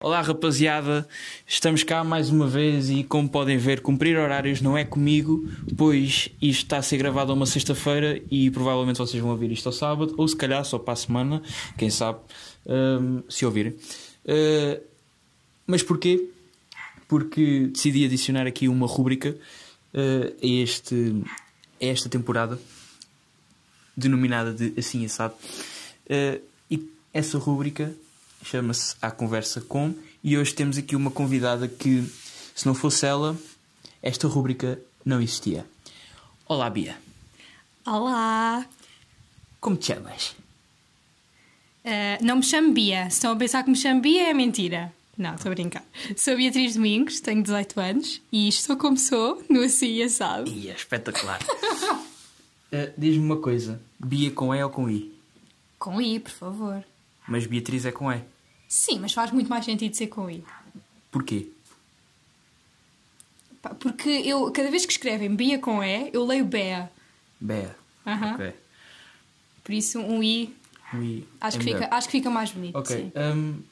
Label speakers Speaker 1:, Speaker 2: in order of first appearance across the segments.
Speaker 1: Olá rapaziada, estamos cá mais uma vez e como podem ver, cumprir horários não é comigo, pois isto está a ser gravado a uma sexta-feira e provavelmente vocês vão ouvir isto ao sábado, ou se calhar só para a semana, quem sabe, hum, se ouvirem. Uh, mas porquê? Porque decidi adicionar aqui uma rúbrica uh, a, este, a esta temporada, denominada de Assim Assado. Eh, e essa rúbrica chama-se A Conversa Com, e hoje temos aqui uma convidada que, se não fosse ela, esta rúbrica não existia. Olá, Bia.
Speaker 2: Olá!
Speaker 1: Como te chamas?
Speaker 2: Ah, não me chamo Bia. Se estão a pensar que me chamo Bia, é mentira. Não, estou a brincar. Sou Beatriz Domingos, tenho 18 anos e estou como sou, no Assim e Assado.
Speaker 1: Ia, espetacular. Eh, Diz-me uma coisa: Bia com E ou com I?
Speaker 2: Com I, por favor.
Speaker 1: Mas Beatriz é com E.
Speaker 2: Sim, mas faz muito mais sentido ser com I.
Speaker 1: Porquê?
Speaker 2: Pá, Porque eu, cada vez que escrevem Bia com E, eu leio Bea.
Speaker 1: Bea.
Speaker 2: Aham.
Speaker 1: Ok.
Speaker 2: Por isso, um I
Speaker 1: Um I
Speaker 2: acho,
Speaker 1: é
Speaker 2: que,
Speaker 1: melhor.
Speaker 2: fica, acho que fica mais bonito.
Speaker 1: Ok.
Speaker 2: Sim.
Speaker 1: hum,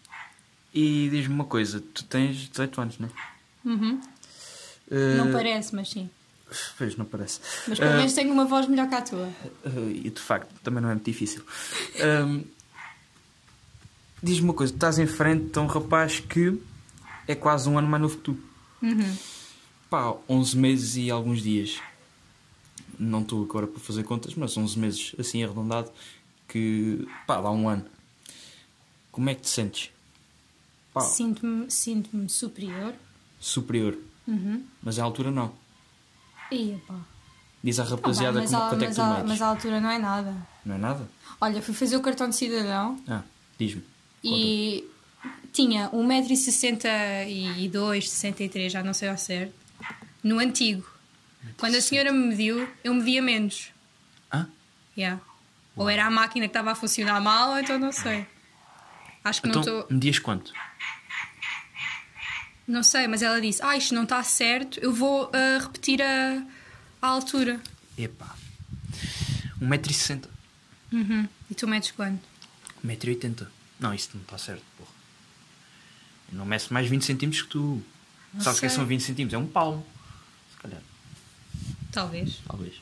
Speaker 1: e diz-me uma coisa, tu tens 18 anos, não é?
Speaker 2: Uhum.
Speaker 1: Eh,
Speaker 2: Não parece, mas sim.
Speaker 1: Pois, não parece.
Speaker 2: Mas pelo
Speaker 1: Eh,
Speaker 2: menos tenho uma voz melhor que a tua.
Speaker 1: eh, e de facto, também não é muito difícil. Hum, diz-me uma coisa, tu estás em frente a um rapaz que é quase um ano mais novo que tu.
Speaker 2: Uhum.
Speaker 1: Pá, 11 meses e alguns dias. Não estou agora para fazer contas, mas 11 meses assim arredondado, que pá, dá um ano. Como é que te sentes? Pá,
Speaker 2: Sinto-me sinto superior.
Speaker 1: superior.
Speaker 2: Uhum.
Speaker 1: Mas à altura não.
Speaker 2: E, pá.
Speaker 1: Diz à
Speaker 2: Ah, pá,
Speaker 1: rapaziada
Speaker 2: mas,
Speaker 1: como,
Speaker 2: a,
Speaker 1: quanto é que
Speaker 2: mas
Speaker 1: tu
Speaker 2: a-
Speaker 1: metes.
Speaker 2: mas a altura não é nada.
Speaker 1: Não é nada?
Speaker 2: Olha, fui fazer o cartão de cidadão
Speaker 1: Ah, diz-me.
Speaker 2: e tinha 1,62m, 63 já não sei ao certo, no antigo. Quando a senhora me mediu, eu media menos.
Speaker 1: Ah,
Speaker 2: Yeah. Ou era a máquina que estava a funcionar mal, ou então não sei. Acho que
Speaker 1: então
Speaker 2: não estou.
Speaker 1: medias quanto?
Speaker 2: Não sei, mas ela disse: Ah, isto não está certo, eu vou ah, repetir a, a altura.
Speaker 1: Epá. 1,60m.
Speaker 2: Uhum. E tu medes quanto?
Speaker 1: 1,80m. Não, isso não está certo, porra. Eu não meço mais 20 cm que tu.
Speaker 2: Não
Speaker 1: Sabes o que é que
Speaker 2: sei.
Speaker 1: são 20 cm? É um palmo. Se calhar,
Speaker 2: Talvez.
Speaker 1: talvez.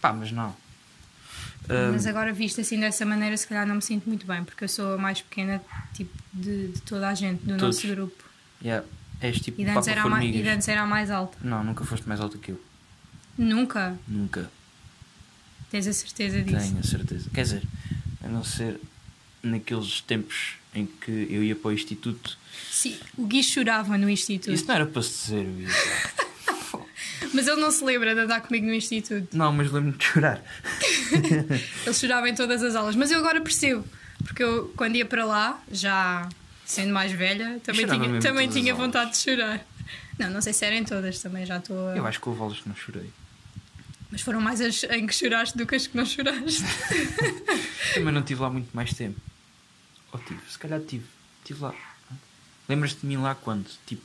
Speaker 1: Pá, mas não. Ah,
Speaker 2: Mas agora visto assim dessa maneira, se calhar não me sinto muito bem, porque eu sou a mais pequena tipo, de, de toda a gente, do
Speaker 1: Todos.
Speaker 2: nosso grupo.
Speaker 1: yeah, és tipo
Speaker 2: E de, antes
Speaker 1: papa
Speaker 2: era a mais, e de
Speaker 1: formigas.
Speaker 2: antes era a mais alta.
Speaker 1: Não, nunca foste mais alto que eu.
Speaker 2: Nunca.
Speaker 1: Nunca.
Speaker 2: Tens a certeza disso.
Speaker 1: Tenho a certeza. Quer dizer, a não ser naqueles tempos em que eu ia para o instituto.
Speaker 2: Sim, o Gui chorava no instituto.
Speaker 1: Isso não era para se dizer, eu ia lá.
Speaker 2: Mas ele não se lembra de andar comigo no instituto.
Speaker 1: Não, mas lembro-me de chorar.
Speaker 2: Ele chorava em todas as aulas. Mas eu agora percebo. Porque eu, quando ia para lá, já sendo mais velha, também
Speaker 1: Chorava mesmo
Speaker 2: tinha,
Speaker 1: em
Speaker 2: também
Speaker 1: todas
Speaker 2: tinha
Speaker 1: as aulas.
Speaker 2: vontade de chorar. Não, não sei se eram todas também, já estou a...
Speaker 1: Eu acho que houve aulas que não chorei.
Speaker 2: Mas foram mais as em que choraste do que as que não choraste.
Speaker 1: Também não tive lá muito mais tempo. Ou tive, se calhar tive. Tive lá. Lembras-te de mim lá quando? Tipo,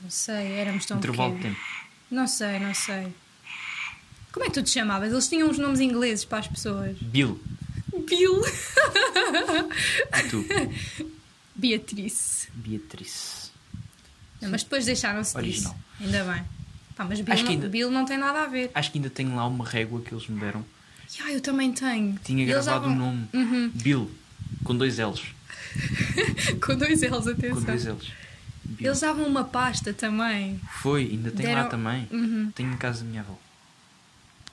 Speaker 2: Não sei, éramos tão
Speaker 1: intervalo de
Speaker 2: pequenos.
Speaker 1: tempo.
Speaker 2: Não sei, não sei. Como é que tu te chamavas? Eles tinham uns nomes ingleses para as pessoas.
Speaker 1: Bill,
Speaker 2: Bill.
Speaker 1: e tu?
Speaker 2: Beatriz.
Speaker 1: Beatriz.
Speaker 2: Não, mas depois deixaram-se disso.
Speaker 1: Original.
Speaker 2: Ainda bem. Pá, mas Bill,
Speaker 1: Acho que
Speaker 2: não,
Speaker 1: ainda-
Speaker 2: Bill não tem nada a ver.
Speaker 1: Acho que ainda tenho lá uma régua que eles me deram.
Speaker 2: Ah, eu também tenho.
Speaker 1: Tinha
Speaker 2: E eles
Speaker 1: gravado o
Speaker 2: davam- Uhum.
Speaker 1: nome. Bill, com dois L's.
Speaker 2: Com dois L's, atenção.
Speaker 1: Com dois L's. Bill.
Speaker 2: Eles davam uma pasta também.
Speaker 1: Foi, ainda tem lá
Speaker 2: Deram-
Speaker 1: também.
Speaker 2: Uhum.
Speaker 1: Tenho em casa da minha avó.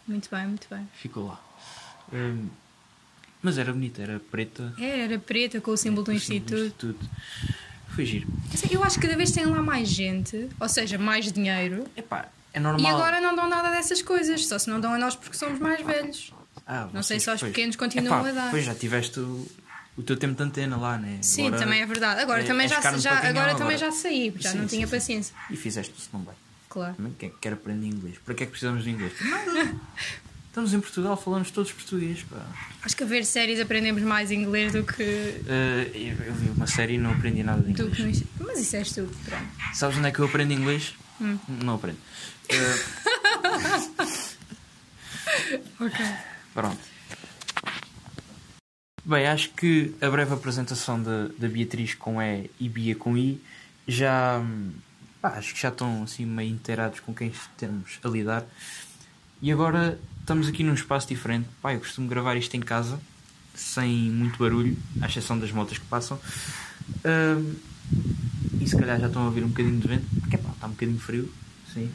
Speaker 2: Muito bem, muito bem.
Speaker 1: Ficou lá. Hum, mas era bonita, era preta.
Speaker 2: É, era preta com o símbolo do
Speaker 1: com o símbolo do
Speaker 2: Instituto.
Speaker 1: Instituto. Foi giro.
Speaker 2: Assim, Eu acho que cada vez tem lá mais gente, ou seja, mais dinheiro.
Speaker 1: Epá, é normal.
Speaker 2: E agora não dão nada dessas coisas, só se não dão a nós porque somos mais velhos.
Speaker 1: Ah,
Speaker 2: Não
Speaker 1: vocês,
Speaker 2: sei se aos
Speaker 1: pois.
Speaker 2: pequenos continuam a dar.
Speaker 1: Pois já tiveste o, o teu tempo de antena lá, né?
Speaker 2: Sim,
Speaker 1: Agora-
Speaker 2: também é verdade. Agora,
Speaker 1: é-
Speaker 2: também,
Speaker 1: és
Speaker 2: já,
Speaker 1: carne
Speaker 2: já-
Speaker 1: para canhão
Speaker 2: agora,
Speaker 1: agora.
Speaker 2: também já saí, já
Speaker 1: Sim,
Speaker 2: não
Speaker 1: sim,
Speaker 2: tinha
Speaker 1: sim.
Speaker 2: paciência.
Speaker 1: E fizeste isso não bem.
Speaker 2: Claro.
Speaker 1: Também quer, quer aprender inglês. Para que é que precisamos de inglês? Nada. Estamos em Portugal, falamos todos português. Pá.
Speaker 2: Acho que a ver séries aprendemos mais inglês do que.
Speaker 1: Eh, eu, eu vi uma série e não aprendi nada de
Speaker 2: Do
Speaker 1: inglês.
Speaker 2: que no... Inst- Mas isso és tu, pronto.
Speaker 1: Sabes onde é que eu aprendo inglês?
Speaker 2: Hum.
Speaker 1: Não aprendo. Eh,
Speaker 2: Ok.
Speaker 1: pronto. Bem, acho que a breve apresentação da, da Beatriz com E e Bia com I já. pá, acho que já estão assim meio inteirados com quem temos a lidar. E agora estamos aqui num espaço diferente. Pá, eu costumo gravar isto em casa, sem muito barulho, à exceção das motas que passam. Ahm, e se calhar já estão a ouvir um bocadinho de vento, porque pá, está um bocadinho frio. Sim.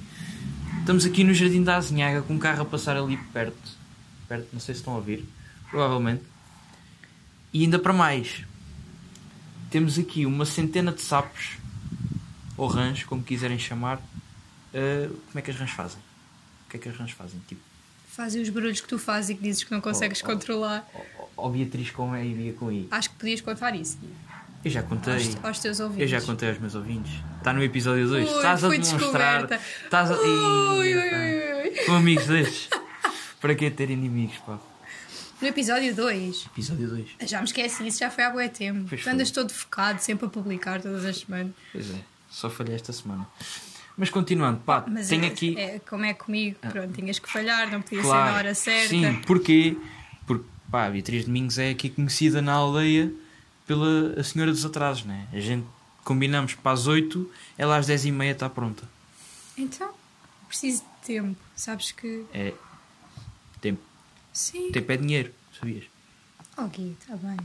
Speaker 1: Estamos aqui no Jardim da Azinhaga, com um carro a passar ali perto. Perto, não sei se estão a ouvir, provavelmente. E ainda para mais, temos aqui uma centena de sapos, ou rãs, como quiserem chamar. Ah, como é que as rãs fazem? O que é que as rãs fazem? Tipo,
Speaker 2: Fazem os barulhos que tu fazes e que dizes que não consegues
Speaker 1: Oh, oh.
Speaker 2: controlar.
Speaker 1: ó- ó Beatriz com E e Bia com I.
Speaker 2: Acho que podias contar isso
Speaker 1: Eu já contei.
Speaker 2: aos, aos teus ouvidos.
Speaker 1: Eu já contei aos meus ouvintes. Está no episódio 2.
Speaker 2: Ui,
Speaker 1: Estás a
Speaker 2: fui
Speaker 1: demonstrar.
Speaker 2: descoberta.
Speaker 1: Estás a.
Speaker 2: Ui,
Speaker 1: Ih,
Speaker 2: ui, ui, ui.
Speaker 1: pá. Com amigos destes. Para que ter inimigos, pá?
Speaker 2: No episódio 2,
Speaker 1: Episódio 2.
Speaker 2: já me esqueci, isso já foi há bué tempo.
Speaker 1: Pois
Speaker 2: Tu Andas
Speaker 1: foi.
Speaker 2: todo focado, sempre a publicar todas as semanas.
Speaker 1: Pois é, só falhei esta semana. Mas continuando, pá,
Speaker 2: Mas
Speaker 1: tenho
Speaker 2: é-
Speaker 1: aqui.
Speaker 2: é, como é comigo, pronto, tinhas que falhar, não podia ser na hora certa.
Speaker 1: Sim, porquê? Porque pá, a Beatriz Domingos é aqui conhecida na aldeia pela a Senhora dos Atrasos, né? A gente combinamos para as 8, ela às 10 e meia está pronta.
Speaker 2: Então, preciso de tempo. Sabes que.
Speaker 1: É. Tempo,
Speaker 2: Sim.
Speaker 1: tempo é dinheiro, sabias?
Speaker 2: Oh, Gui, está bem.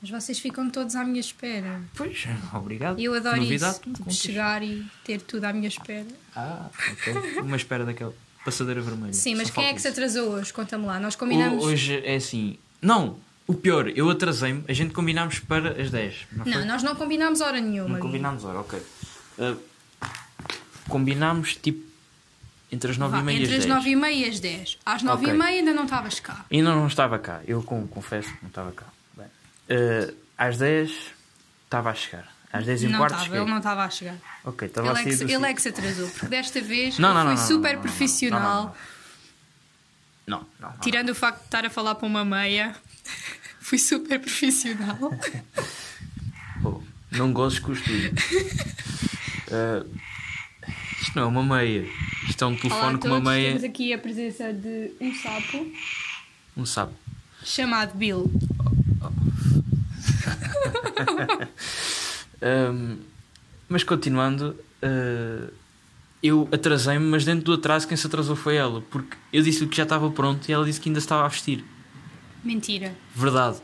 Speaker 2: Mas vocês ficam todos à minha espera.
Speaker 1: Pois, obrigado.
Speaker 2: E eu adoro
Speaker 1: Novidade, tu
Speaker 2: isso.
Speaker 1: me
Speaker 2: Tipo,
Speaker 1: contas.
Speaker 2: chegar e ter tudo à minha espera.
Speaker 1: Ah, ok. Uma espera daquela passadeira vermelha.
Speaker 2: Sim, mas
Speaker 1: Só
Speaker 2: quem é
Speaker 1: falta
Speaker 2: que se
Speaker 1: isso.
Speaker 2: atrasou hoje? Conta-me lá. Nós combinamos.
Speaker 1: O- Hoje é assim. Não, o pior, eu atrasei-me, a gente combinámos para as 10. Não, foi?
Speaker 2: Não, nós não combinámos hora nenhuma.
Speaker 1: Não
Speaker 2: Gui.
Speaker 1: combinámos hora, ok. Ah, combinámos tipo entre as 9
Speaker 2: Vá,
Speaker 1: e meia e as
Speaker 2: entre as
Speaker 1: 10.
Speaker 2: 9 e meia e as 10. Às 9 e
Speaker 1: Ok.
Speaker 2: meia ainda não estavas cá.
Speaker 1: Ainda não estava cá, eu com- confesso, não estava cá. Bem, ah, às 10 estava a chegar. Às 10 e um
Speaker 2: não
Speaker 1: quarto
Speaker 2: estava,
Speaker 1: cheguei.
Speaker 2: ele não estava a chegar.
Speaker 1: Ok, estava a
Speaker 2: Ele é, que,
Speaker 1: sair
Speaker 2: se-
Speaker 1: do
Speaker 2: ele é
Speaker 1: sítio.
Speaker 2: que se atrasou, porque desta vez
Speaker 1: Não, não,
Speaker 2: ele
Speaker 1: não,
Speaker 2: foi
Speaker 1: não, não,
Speaker 2: super
Speaker 1: não, não, Não,
Speaker 2: profissional,
Speaker 1: não, não, não. não, não, não.
Speaker 2: tirando o facto de estar a falar para uma meia. Fui super profissional.
Speaker 1: Um Pô, não gozes com o estúdio. Ah, isto não é uma meia. Isto é um
Speaker 2: Olá
Speaker 1: telefone
Speaker 2: a
Speaker 1: com uma
Speaker 2: todos,
Speaker 1: meia.
Speaker 2: temos aqui a presença de um sapo
Speaker 1: Um sapo.
Speaker 2: chamado Bill.
Speaker 1: Ahm, mas continuando, ah, eu atrasei-me, mas dentro do atraso quem se atrasou foi ela, porque eu disse-lhe que já estava pronto e ela disse que ainda estava a vestir.
Speaker 2: Mentira.
Speaker 1: Verdade.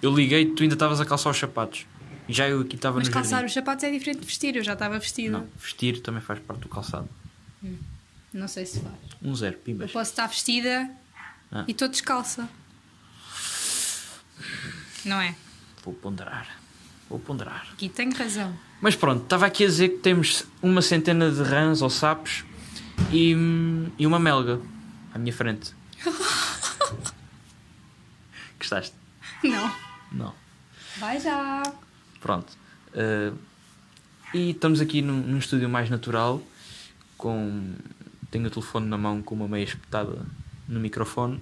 Speaker 1: Eu liguei tu ainda estavas a calçar os sapatos. E já eu aqui estava
Speaker 2: Mas
Speaker 1: no
Speaker 2: calçar
Speaker 1: jardim.
Speaker 2: os sapatos é diferente de vestir, eu já estava vestida.
Speaker 1: Não,
Speaker 2: Não,
Speaker 1: vestir também faz parte do calçado.
Speaker 2: sei se faz.
Speaker 1: Um zero,
Speaker 2: Eu
Speaker 1: pimbas.
Speaker 2: posso estar vestida
Speaker 1: Ah.
Speaker 2: e estou descalça. Não é?
Speaker 1: Vou ponderar. Vou ponderar.
Speaker 2: Aqui tenho razão.
Speaker 1: Mas pronto, estava aqui a dizer que temos uma centena de rãs ou sapos e, e uma melga à minha frente. Gostaste?
Speaker 2: Não.
Speaker 1: Não.
Speaker 2: Vai já.
Speaker 1: Pronto. Eh, e estamos aqui num, num estúdio mais natural, com. Tenho o telefone na mão com uma meia espetada no microfone,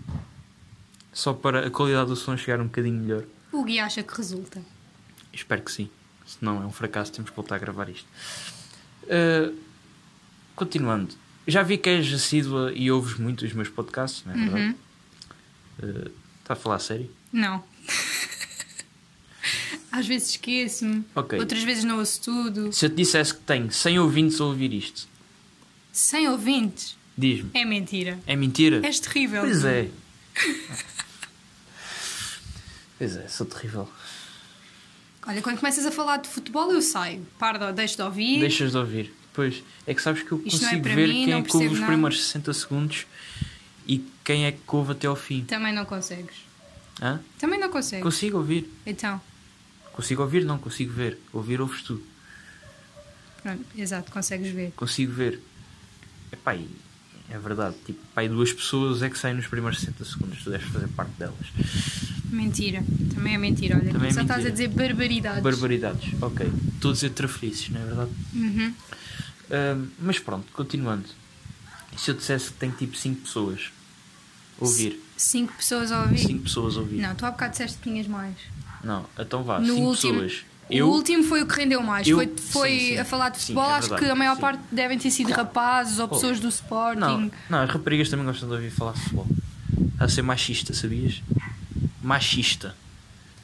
Speaker 1: só para a qualidade do som chegar um bocadinho melhor.
Speaker 2: O Gui acha que resulta.
Speaker 1: Espero que sim. Se não é um fracasso, temos que voltar a gravar isto. Uh, continuando. Já vi que és assídua e ouves muito os meus podcasts, não é verdade? Uh, Está a falar a sério?
Speaker 2: Não. Às vezes esqueço-me,
Speaker 1: Ok.
Speaker 2: outras vezes não ouço tudo.
Speaker 1: Se eu te dissesse que tenho 100 ouvintes a ouvir isto,
Speaker 2: Sem ouvintes,
Speaker 1: diz-me,
Speaker 2: é mentira.
Speaker 1: é mentira?
Speaker 2: És terrível.
Speaker 1: Pois é. pois é, sou terrível.
Speaker 2: Olha, quando começas a falar de futebol, eu saio. Pardo, deixo de ouvir.
Speaker 1: Deixas de ouvir. Pois, é que sabes que eu
Speaker 2: Isto não é
Speaker 1: consigo
Speaker 2: para
Speaker 1: ver
Speaker 2: mim,
Speaker 1: quem
Speaker 2: não
Speaker 1: é que ouve
Speaker 2: percebo
Speaker 1: os
Speaker 2: nada.
Speaker 1: primeiros 60 segundos e quem é que ouve até ao fim.
Speaker 2: Também não consegues.
Speaker 1: Hã?
Speaker 2: Também não consegues.
Speaker 1: Consigo ouvir.
Speaker 2: Então,
Speaker 1: Consigo ouvir? Não, consigo ver. Ouvir, ouves tu.
Speaker 2: pronto, exato, consegues ver.
Speaker 1: Consigo ver. Epá, e é verdade. Tipo, pá, e duas pessoas é que saem nos primeiros 60 segundos. Tu deves fazer parte delas.
Speaker 2: Mentira, também é mentira. Olha,
Speaker 1: Também é
Speaker 2: só estás
Speaker 1: mentira.
Speaker 2: a dizer barbaridades.
Speaker 1: Barbaridade. Barbaridades. Ok. Estou a dizer trafelices, não é verdade?
Speaker 2: Uhum.
Speaker 1: Ahm, mas pronto, continuando. E se eu dissesse que tenho tipo 5 pessoas a ouvir?
Speaker 2: Cinco pessoas a ouvir.
Speaker 1: 5 pessoas a ouvir.
Speaker 2: Não, tu há bocado disseste que tinhas mais.
Speaker 1: Não, então vá.
Speaker 2: No
Speaker 1: 5
Speaker 2: último.
Speaker 1: pessoas.
Speaker 2: O último foi o que rendeu mais.
Speaker 1: Eu-
Speaker 2: foi foi
Speaker 1: sim, sim.
Speaker 2: a falar de
Speaker 1: Sim,
Speaker 2: futebol.
Speaker 1: é
Speaker 2: Acho
Speaker 1: verdade,
Speaker 2: que a maior
Speaker 1: sim. Oh.
Speaker 2: parte devem ter sido rapazes ou pessoas do Sporting.
Speaker 1: Não, não, as raparigas também gostam de ouvir falar de futebol. Está a ser machista, sabias? Machista.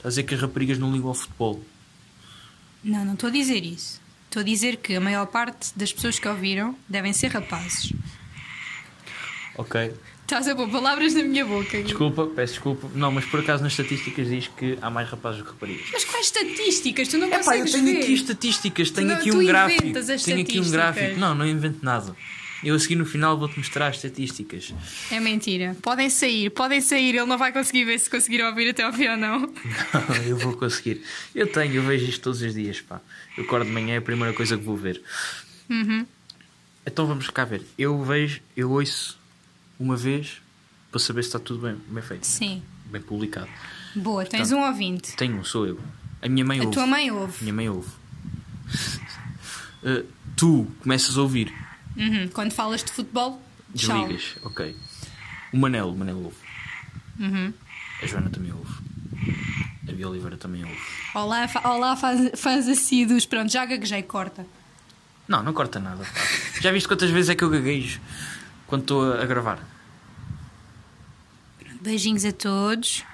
Speaker 1: a dizer que as raparigas não ligam ao futebol.
Speaker 2: Não, não estou a dizer isso. Estou a dizer que a maior parte das pessoas que ouviram devem ser rapazes.
Speaker 1: Ok.
Speaker 2: Estás a pôr palavras na minha boca.
Speaker 1: Desculpa, peço desculpa. Não, mas por acaso nas estatísticas diz que há mais rapazes do que raparigas.
Speaker 2: Mas quais estatísticas? Tu não
Speaker 1: É pá, eu
Speaker 2: consegues
Speaker 1: tenho
Speaker 2: ver.
Speaker 1: aqui estatísticas, tenho
Speaker 2: não-
Speaker 1: aqui
Speaker 2: tu
Speaker 1: um gráfico.
Speaker 2: inventas as
Speaker 1: Tenho aqui um
Speaker 2: estatísticas.
Speaker 1: gráfico. Não, não invento nada. Eu a seguir no final vou-te mostrar as estatísticas.
Speaker 2: É mentira. Podem sair, podem sair. Ele não vai conseguir ver se conseguiram ouvir até ao fim ou não.
Speaker 1: eu vou conseguir. Eu tenho, eu vejo isto todos os dias, pá. Eu acordo de manhã, é a primeira coisa que vou ver.
Speaker 2: Uhum.
Speaker 1: Então vamos cá ver. Eu vejo, eu ouço uma vez para saber se está tudo bem, bem feito,
Speaker 2: Sim.
Speaker 1: bem publicado.
Speaker 2: Boa, tens um ouvinte.
Speaker 1: Tenho, um, sou eu. A minha mãe
Speaker 2: A
Speaker 1: ouve.
Speaker 2: tua mãe ouve.
Speaker 1: Minha mãe ouve. Eh, tu começas a ouvir,
Speaker 2: Uhum. Quando falas de futebol, tchau.
Speaker 1: desligas, ok. O Manel, o Manel ouve.
Speaker 2: Uhum.
Speaker 1: A Joana também ouve. A Bia Oliveira também ouve.
Speaker 2: Olá, fa- olá fãs, fãs assíduos. Pronto, já gaguejei, corta.
Speaker 1: Não, não corta nada. pá. Já viste quantas vezes é que eu gaguejo quando estou a gravar?
Speaker 2: Beijinhos a todos.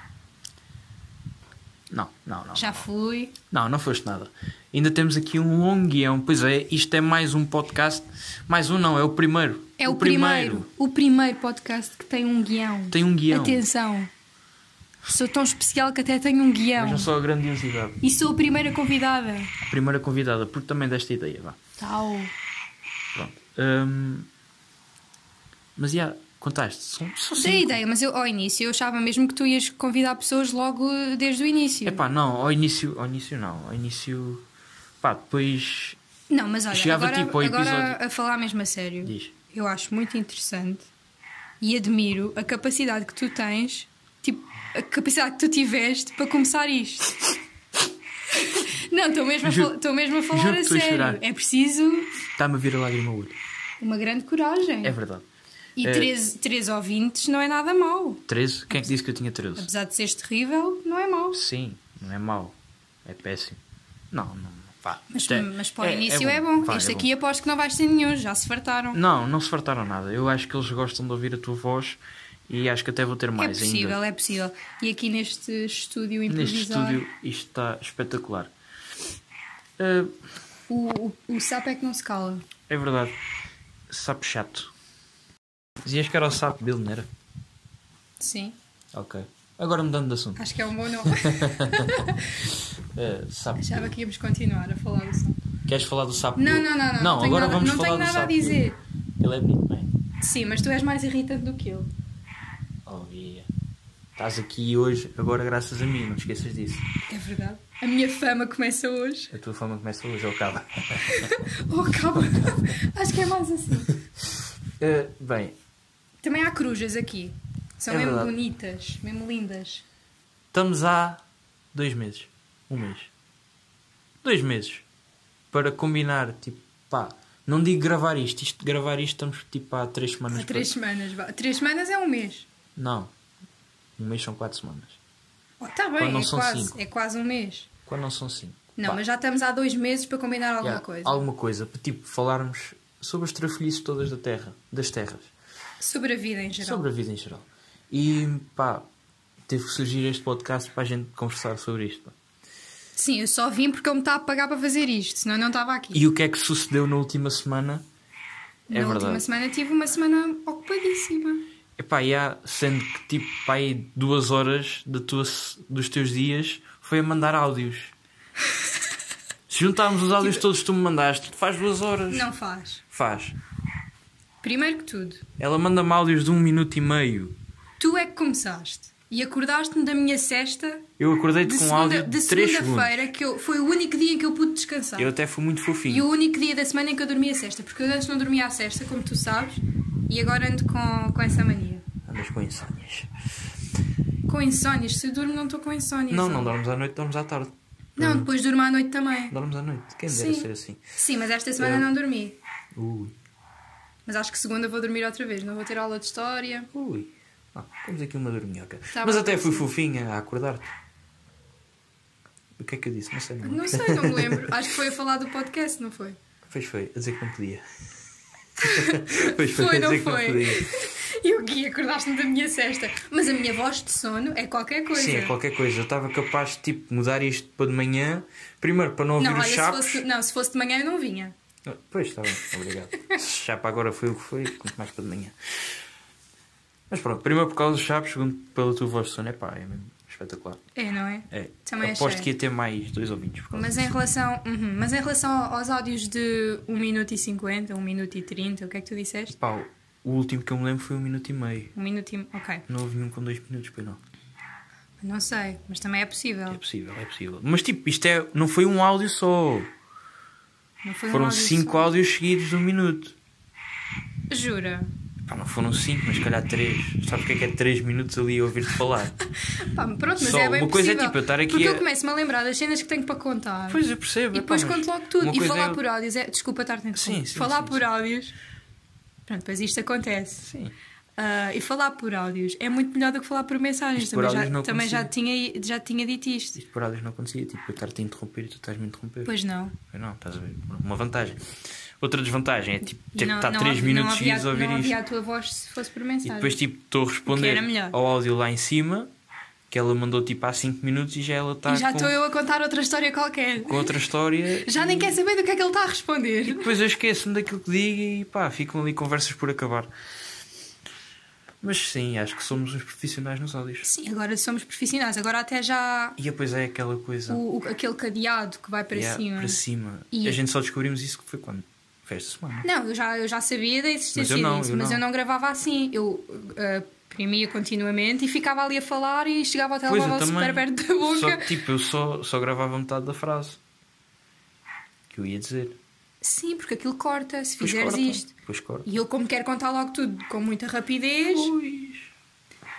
Speaker 1: Não, não, não.
Speaker 2: Já fui.
Speaker 1: Não, não foste nada. Ainda temos aqui um longo guião. Pois é, isto é mais um podcast. Mais um não, é o primeiro.
Speaker 2: É o, primeiro. O primeiro podcast que tem um guião.
Speaker 1: Tem um guião.
Speaker 2: Atenção. Sou tão especial que até tenho um guião.
Speaker 1: Vejam só a grandiosidade.
Speaker 2: E sou a primeira convidada.
Speaker 1: A primeira convidada, porque também desta ideia, vá.
Speaker 2: Tal.
Speaker 1: Pronto. Hum, Mas, já, contaste. São, são
Speaker 2: Sei a
Speaker 1: cinco.
Speaker 2: ideia, mas eu ao início eu achava mesmo que tu ias convidar pessoas logo desde o início.
Speaker 1: Epá, não, ao início, ao início não. Ao início... Pá, depois...
Speaker 2: Não, mas olha,
Speaker 1: Chegava
Speaker 2: agora,
Speaker 1: tipo ao
Speaker 2: agora
Speaker 1: episódio.
Speaker 2: a falar mesmo a sério.
Speaker 1: Diz.
Speaker 2: Eu acho muito interessante e admiro a capacidade que tu tens, tipo, a capacidade que tu tiveste para começar isto. Não, estou mesmo, a
Speaker 1: Juro-
Speaker 2: fal- estou mesmo a
Speaker 1: juro
Speaker 2: falar
Speaker 1: que
Speaker 2: a
Speaker 1: estou a
Speaker 2: sério.
Speaker 1: chorar.
Speaker 2: é preciso
Speaker 1: Está-me a vir a lágrima ao olho.
Speaker 2: uma grande coragem.
Speaker 1: É verdade.
Speaker 2: e
Speaker 1: é-
Speaker 2: 13, 13 ouvintes não é nada mau.
Speaker 1: 13? Quem é que disse que eu tinha 13?
Speaker 2: Apesar de seres terrível, não é mau.
Speaker 1: Sim, não é mau. É péssimo. Não, não. não, Pá.
Speaker 2: Mas,
Speaker 1: Isto é-
Speaker 2: mas para o
Speaker 1: é-
Speaker 2: início é bom.
Speaker 1: Pá,
Speaker 2: este
Speaker 1: é
Speaker 2: aqui aposto que não vais ter nenhum, já se fartaram.
Speaker 1: Não, não se fartaram nada. Eu acho que eles gostam de ouvir a tua voz e acho que até vou ter
Speaker 2: é
Speaker 1: mais
Speaker 2: possível,
Speaker 1: ainda.
Speaker 2: é possível. E aqui neste estúdio
Speaker 1: Neste
Speaker 2: improvisado,
Speaker 1: estúdio isto está espetacular. Ah,
Speaker 2: o, o, o sapo é que não se cala.
Speaker 1: é verdade. Sapo chato. Dizias que era o sapo dele, não era?
Speaker 2: Sim.
Speaker 1: Ok. Agora mudando de assunto.
Speaker 2: Acho que é um bom nome.
Speaker 1: Ah, sapo.
Speaker 2: Achava que íamos continuar a falar do sapo.
Speaker 1: Queres falar do sapo
Speaker 2: Não,
Speaker 1: dele?
Speaker 2: não, não, não.
Speaker 1: Não,
Speaker 2: tenho
Speaker 1: agora
Speaker 2: nada,
Speaker 1: vamos
Speaker 2: não
Speaker 1: falar
Speaker 2: tenho
Speaker 1: do
Speaker 2: nada a
Speaker 1: sapo dele.
Speaker 2: dizer.
Speaker 1: Ele é bonito, não é?
Speaker 2: Sim, mas tu és mais irritante do que eu.
Speaker 1: Oh, Bia. Estás aqui hoje, agora graças a mim, não te esqueças disso. É
Speaker 2: É verdade. A minha fama começa hoje.
Speaker 1: A tua fama começa hoje, ou acaba.
Speaker 2: Oh, calma. Acho que é mais assim.
Speaker 1: Eh, bem,
Speaker 2: Também há corujas aqui. São
Speaker 1: É
Speaker 2: mesmo
Speaker 1: verdade.
Speaker 2: bonitas, mesmo lindas.
Speaker 1: estamos há dois meses. Um mês. Dois meses. Para combinar, tipo, pá, não digo gravar isto. isto gravar isto estamos tipo há três semanas.
Speaker 2: Há três semanas. vá. Três semanas é um mês.
Speaker 1: para- Não. Um mês são quatro semanas.
Speaker 2: Está
Speaker 1: Quando
Speaker 2: bem,
Speaker 1: não
Speaker 2: é
Speaker 1: são
Speaker 2: quase,
Speaker 1: cinco.
Speaker 2: é quase um mês.
Speaker 1: Quando não são cinco.
Speaker 2: Não,
Speaker 1: Pá,
Speaker 2: mas já estamos há dois meses para combinar alguma
Speaker 1: yeah,
Speaker 2: coisa.
Speaker 1: Alguma coisa, para tipo falarmos sobre as trafilhices todas da terra, das terras.
Speaker 2: Sobre a vida em geral.
Speaker 1: Sobre a vida em geral. E pá, teve que surgir este podcast para a gente conversar sobre isto. pá.
Speaker 2: Sim, eu só vim porque ele me está a pagar para fazer isto, senão eu não estava aqui.
Speaker 1: E o que é que sucedeu na última semana?
Speaker 2: Na
Speaker 1: É
Speaker 2: última
Speaker 1: verdade.
Speaker 2: semana tive uma semana ocupadíssima.
Speaker 1: Epá, e há, sendo que tipo, pá, aí duas horas da tua, se- dos teus dias foi a mandar áudios. Se juntarmos os áudios todos que tu me mandaste, faz duas horas.
Speaker 2: Tipo- Não faz.
Speaker 1: Faz.
Speaker 2: Primeiro que tudo,
Speaker 1: Ela manda-me áudios de um minuto e meio.
Speaker 2: tu é que começaste e acordaste-me da minha cesta
Speaker 1: Eu acordei-te
Speaker 2: de
Speaker 1: com um
Speaker 2: segunda-
Speaker 1: áudio
Speaker 2: de
Speaker 1: de 3 segundos.
Speaker 2: segunda-feira, que eu, foi o único dia em que eu pude descansar.
Speaker 1: Eu até fui muito fofinho.
Speaker 2: Tá. E o único dia da semana em que eu dormia a cesta, porque eu antes não dormia a cesta, como tu sabes, e agora ando com, com essa mania.
Speaker 1: Andas com insónias.
Speaker 2: Com insónias, se eu durmo não estou com insónias.
Speaker 1: Não, não dormes à noite, dormes à tarde.
Speaker 2: Não, depois durmo à noite também.
Speaker 1: Dormes à noite. Quem dera
Speaker 2: Sim.
Speaker 1: ser assim.
Speaker 2: Sim, mas esta semana
Speaker 1: Eu-
Speaker 2: não dormi.
Speaker 1: Ui.
Speaker 2: Mas acho que segunda vou dormir outra vez, não vou ter aula de história.
Speaker 1: Ui. Ah, temos aqui uma dorminhoca.
Speaker 2: Tá
Speaker 1: Mas
Speaker 2: bom,
Speaker 1: até
Speaker 2: tá
Speaker 1: fui
Speaker 2: sim.
Speaker 1: fofinha a acordar-te. O que é que eu disse? Não sei não.
Speaker 2: Não sei, não me lembro. Acho que foi a falar do podcast, não foi?
Speaker 1: Pois foi, a dizer que não podia. pois
Speaker 2: Foi,
Speaker 1: a
Speaker 2: não
Speaker 1: dizer que não
Speaker 2: foi?
Speaker 1: podia.
Speaker 2: Eu Gui, acordaste-me da minha cesta. Mas a minha voz de sono é qualquer coisa.
Speaker 1: Sim, é qualquer coisa. Eu estava capaz de tipo, mudar isto para de manhã. Primeiro, para não ouvir
Speaker 2: Não,
Speaker 1: os
Speaker 2: olha, se
Speaker 1: chapos.
Speaker 2: fosse, não, se fosse de manhã eu não vinha.
Speaker 1: Ah, Pois, está bem, obrigado. Se chapa agora foi o que foi, quanto mais para de manhã. Mas pronto, primeiro por causa dos chapos, segundo pela tua voz de sono. É pá, é mesmo espetacular.
Speaker 2: É, não é?
Speaker 1: É.
Speaker 2: Também
Speaker 1: Aposto
Speaker 2: achei.
Speaker 1: que ia ter mais dois ouvintes. Por causa
Speaker 2: Mas em relação, uhum, mas em relação aos áudios de 1 minuto e 50, 1 minuto e 30, o que é que tu disseste?
Speaker 1: Pá, o último que eu me lembro foi um minuto e meio.
Speaker 2: 1 minuto e. Ok.
Speaker 1: Não houve nenhum com dois minutos, pois não.
Speaker 2: Não sei, mas também é
Speaker 1: É
Speaker 2: possível.
Speaker 1: possível, é possível. Mas tipo, isto é, não foi um áudio só.
Speaker 2: Não foi um
Speaker 1: Foram
Speaker 2: áudio
Speaker 1: cinco áudios seguidos de um minuto.
Speaker 2: só. Jura?
Speaker 1: Pá, não foram cinco, mas se calhar três. Sabes o que é que é três minutos ali a ouvir-te falar?
Speaker 2: Pá, pronto, mas
Speaker 1: Só
Speaker 2: é bem
Speaker 1: uma coisa é
Speaker 2: possível.
Speaker 1: tipo eu estar aqui
Speaker 2: Porque
Speaker 1: a-
Speaker 2: eu começo-me a lembrar das cenas que tenho para contar.
Speaker 1: pois eu percebo.
Speaker 2: e
Speaker 1: é pá,
Speaker 2: depois
Speaker 1: mas
Speaker 2: conto logo tudo.
Speaker 1: uma
Speaker 2: E
Speaker 1: coisa
Speaker 2: falar
Speaker 1: é-
Speaker 2: por áudios. É... Desculpa estar a
Speaker 1: Sim, sim,
Speaker 2: Falar
Speaker 1: sim,
Speaker 2: por
Speaker 1: sim.
Speaker 2: áudios. Pronto, pois isto acontece.
Speaker 1: Sim.
Speaker 2: Ah, e falar por áudios é muito melhor do que falar por mensagens.
Speaker 1: Isto por
Speaker 2: também
Speaker 1: áudios
Speaker 2: já,
Speaker 1: não
Speaker 2: também já,
Speaker 1: acontecia.
Speaker 2: tinha, já tinha dito isto.
Speaker 1: Isto por áudios não acontecia. Tipo, eu estar-te a interromper e tu estás-me a interromper.
Speaker 2: Pois não.
Speaker 1: Pois Não, estás a ver? Uma vantagem. Outra desvantagem é tipo,
Speaker 2: E
Speaker 1: ter que
Speaker 2: não-
Speaker 1: estar
Speaker 2: não
Speaker 1: três
Speaker 2: havia-
Speaker 1: minutos
Speaker 2: não havia-
Speaker 1: seguidos a ouvir
Speaker 2: não
Speaker 1: isto.
Speaker 2: havia a tua voz se fosse por
Speaker 1: E
Speaker 2: mensagem.
Speaker 1: depois, tipo, estou a
Speaker 2: Que
Speaker 1: responder
Speaker 2: era melhor.
Speaker 1: ao áudio lá em cima, que ela mandou tipo há 5 minutos e já ela está
Speaker 2: e já
Speaker 1: tá com,
Speaker 2: estou eu a contar outra história qualquer.
Speaker 1: com outra história.
Speaker 2: Já nem quer saber do que é que ele está a responder.
Speaker 1: Depois eu esqueço-me daquilo que digo e pá, ficam ali conversas por acabar. Mas sim, acho que somos os profissionais nos áudios.
Speaker 2: Sim, agora somos profissionais. Agora até já
Speaker 1: E depois é aquela coisa
Speaker 2: o, o- aquele cadeado que vai para
Speaker 1: yeah,
Speaker 2: cima.
Speaker 1: para cima.
Speaker 2: E-
Speaker 1: A gente só descobrimos isso que foi quando? Foi esta semana.
Speaker 2: Não, eu já, eu já sabia da existência
Speaker 1: Mas eu não,
Speaker 2: disso,
Speaker 1: eu
Speaker 2: mas
Speaker 1: não.
Speaker 2: eu não gravava assim. Eu ah, imprimia continuamente e ficava ali a falar e chegava ao telemóvel super perto da boca.
Speaker 1: Só que tipo, eu só, só gravava metade da frase que eu ia dizer.
Speaker 2: Sim, porque aquilo corta se
Speaker 1: Depois
Speaker 2: fizeres
Speaker 1: corta.
Speaker 2: isto.
Speaker 1: Depois corta.
Speaker 2: E eu, como quero contar logo tudo com muita rapidez,
Speaker 1: Pois.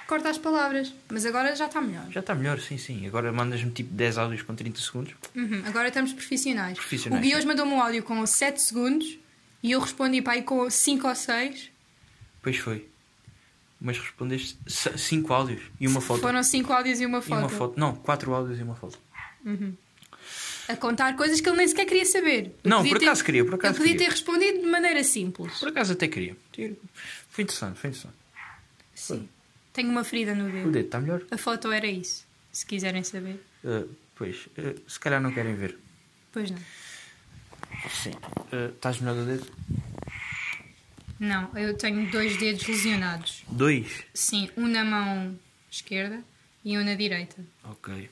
Speaker 2: corta as palavras. Mas agora já está melhor.
Speaker 1: Já está melhor, sim, sim. Agora mandas-me tipo 10 áudios com 30 segundos.
Speaker 2: Uhum, Agora estamos profissionais.
Speaker 1: Profissionais,
Speaker 2: O Gui hoje mandou-me um áudio com 7 segundos e eu respondi para aí com 5 ou 6.
Speaker 1: Pois foi. Mas respondeste 5 áudios e uma foto.
Speaker 2: Foram 5 áudios e uma
Speaker 1: E
Speaker 2: foto.
Speaker 1: uma foto. Não, 4 áudios e uma foto.
Speaker 2: A contar coisas que ele nem sequer queria saber. Eu
Speaker 1: Não,
Speaker 2: podia
Speaker 1: por
Speaker 2: ter-
Speaker 1: acaso queria, por acaso
Speaker 2: Eu podia
Speaker 1: queria.
Speaker 2: ter respondido de maneira simples.
Speaker 1: Por acaso até queria. Foi interessante, foi interessante.
Speaker 2: Sim. Tenho uma ferida no
Speaker 1: O
Speaker 2: dedo.
Speaker 1: dedo está melhor?
Speaker 2: A foto era isso, se quiserem saber.
Speaker 1: Ah, pois, ah, se calhar não querem ver.
Speaker 2: Pois não.
Speaker 1: Sim. Ah, estás melhor do dedo?
Speaker 2: Não, eu tenho dois dedos lesionados.
Speaker 1: Dois.
Speaker 2: Sim, um na mão esquerda e um na direita.
Speaker 1: Ok.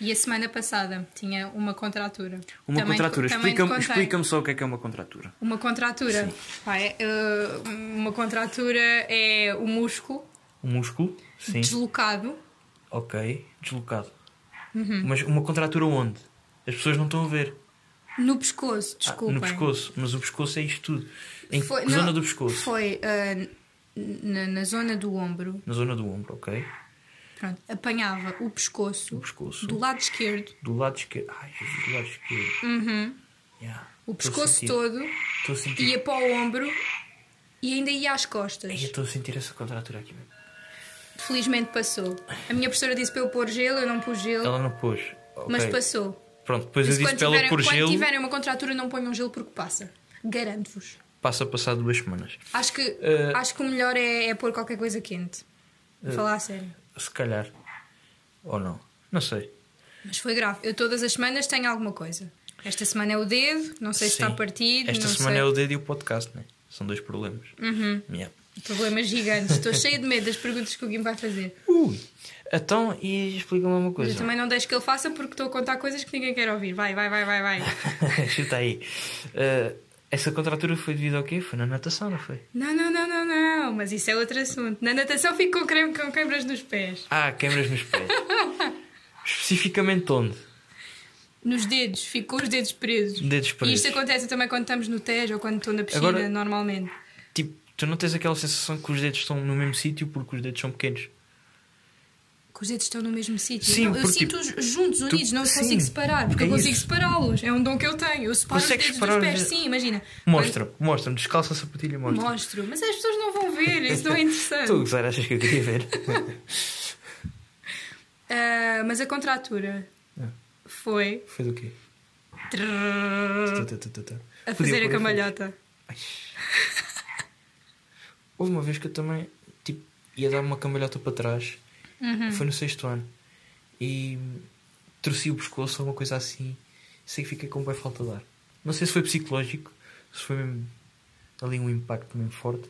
Speaker 2: E a semana passada tinha uma contratura.
Speaker 1: Uma
Speaker 2: Também-
Speaker 1: contratura.
Speaker 2: também te
Speaker 1: Explica-me
Speaker 2: contei.
Speaker 1: explica só o que é que é uma contratura.
Speaker 2: Uma contratura. Pá, é, eh, uma contratura é o músculo
Speaker 1: Um músculo? Sim.
Speaker 2: deslocado.
Speaker 1: Ok. Deslocado.
Speaker 2: Uhum.
Speaker 1: Mas uma contratura onde? As pessoas não estão a ver.
Speaker 2: No pescoço,
Speaker 1: Ah,
Speaker 2: desculpem.
Speaker 1: No pescoço, mas o pescoço é isto tudo. Em
Speaker 2: Foi-
Speaker 1: que zona
Speaker 2: não,
Speaker 1: do pescoço?
Speaker 2: Foi ah, na, na zona do ombro.
Speaker 1: Na zona do ombro, ok?
Speaker 2: Pronto, apanhava o pescoço,
Speaker 1: O pescoço.
Speaker 2: do lado esquerdo,
Speaker 1: Do lado esquerdo. Ai, Jesus, do lado esquerdo. Yeah.
Speaker 2: Uhum. o
Speaker 1: Tô a
Speaker 2: pescoço
Speaker 1: sentir.
Speaker 2: todo,
Speaker 1: Estou a sentir.
Speaker 2: ia para o ombro e ainda ia às costas.
Speaker 1: Ai, eu Estou a sentir essa contratura aqui mesmo.
Speaker 2: Felizmente passou. A minha professora disse para eu pôr gelo, eu não pus gelo,
Speaker 1: Ela não pôs. Ah, ok.
Speaker 2: mas passou.
Speaker 1: Pronto, depois
Speaker 2: Por
Speaker 1: eu
Speaker 2: isso,
Speaker 1: disse
Speaker 2: quando,
Speaker 1: para ela
Speaker 2: tiverem,
Speaker 1: pôr
Speaker 2: quando
Speaker 1: gelo,
Speaker 2: tiverem uma contratura, não ponham gelo porque passa. Garanto-vos.
Speaker 1: passa a passar duas semanas.
Speaker 2: Acho que,
Speaker 1: Eh,
Speaker 2: acho que o melhor é, é pôr qualquer coisa quente. Vou falar a sério.
Speaker 1: Se calhar. Ou não. Não sei.
Speaker 2: Mas foi grave. Eu todas as semanas tenho alguma coisa. Esta semana é o dedo, não sei se
Speaker 1: Sim.
Speaker 2: está partido.
Speaker 1: Esta
Speaker 2: não
Speaker 1: semana
Speaker 2: sei.
Speaker 1: é o dedo e o podcast, né? São dois problemas. Uhum. Yeah.
Speaker 2: Problemas gigantes. Estou cheia de medo das perguntas que o Guim vai fazer.
Speaker 1: Ui. Então, e explica-me uma
Speaker 2: Mas
Speaker 1: coisa.
Speaker 2: eu também não deixo que ele faça porque estou a contar coisas que ninguém quer ouvir. Vai, vai, vai, vai, vai.
Speaker 1: Chuta aí. Ah, essa contratura foi devido ao quê? Foi na natação, não foi?
Speaker 2: Não, não, não, não, não. Mas isso é outro assunto. Na natação fico com, creme, com queimbras nos pés.
Speaker 1: Ah, queimbras nos pés. Especificamente onde?
Speaker 2: Nos dedos. Fico com os dedos presos.
Speaker 1: Dedos
Speaker 2: E
Speaker 1: presos.
Speaker 2: isto é acontece também quando estamos no Tejo ou quando estou na piscina,
Speaker 1: Agora-
Speaker 2: normalmente.
Speaker 1: Tipo, tu não tens aquela sensação que os dedos estão no mesmo sítio porque os dedos são pequenos?
Speaker 2: Que os dedos estão no mesmo sítio.
Speaker 1: Sim,
Speaker 2: Não, eu
Speaker 1: porque-
Speaker 2: sinto-os juntos, unidos, não os
Speaker 1: sim,
Speaker 2: consigo separar, porque
Speaker 1: é
Speaker 2: eu consigo
Speaker 1: isso.
Speaker 2: separá-los. É um dom que eu tenho. Eu separo
Speaker 1: Consegues
Speaker 2: os dedos
Speaker 1: separar
Speaker 2: dos
Speaker 1: os
Speaker 2: pés,
Speaker 1: dedos?
Speaker 2: sim, imagina.
Speaker 1: Mostra, mostra-me, descalça a sapatilha e
Speaker 2: Quando-
Speaker 1: mostra.
Speaker 2: Mostro, mas as pessoas não vão ver, isso não é
Speaker 1: Tu a
Speaker 2: interessante.
Speaker 1: gozar, achas que eu queria ver?
Speaker 2: Ah, mas a contratura
Speaker 1: Ah.
Speaker 2: foi
Speaker 1: foi do quê?
Speaker 2: trrr,
Speaker 1: Tu, tu, tu, tu.
Speaker 2: Uhum.
Speaker 1: Podia
Speaker 2: a fazer
Speaker 1: pôr
Speaker 2: a camalhota.
Speaker 1: Ai. Houve uma vez que eu também, tipo, ia dar uma cambalhota para trás. Foi no sexto ano. E torci o pescoço ou uma coisa assim. Sei que fiquei com bem falta de ar. Não sei se foi psicológico, se foi mesmo ali um impacto mesmo forte.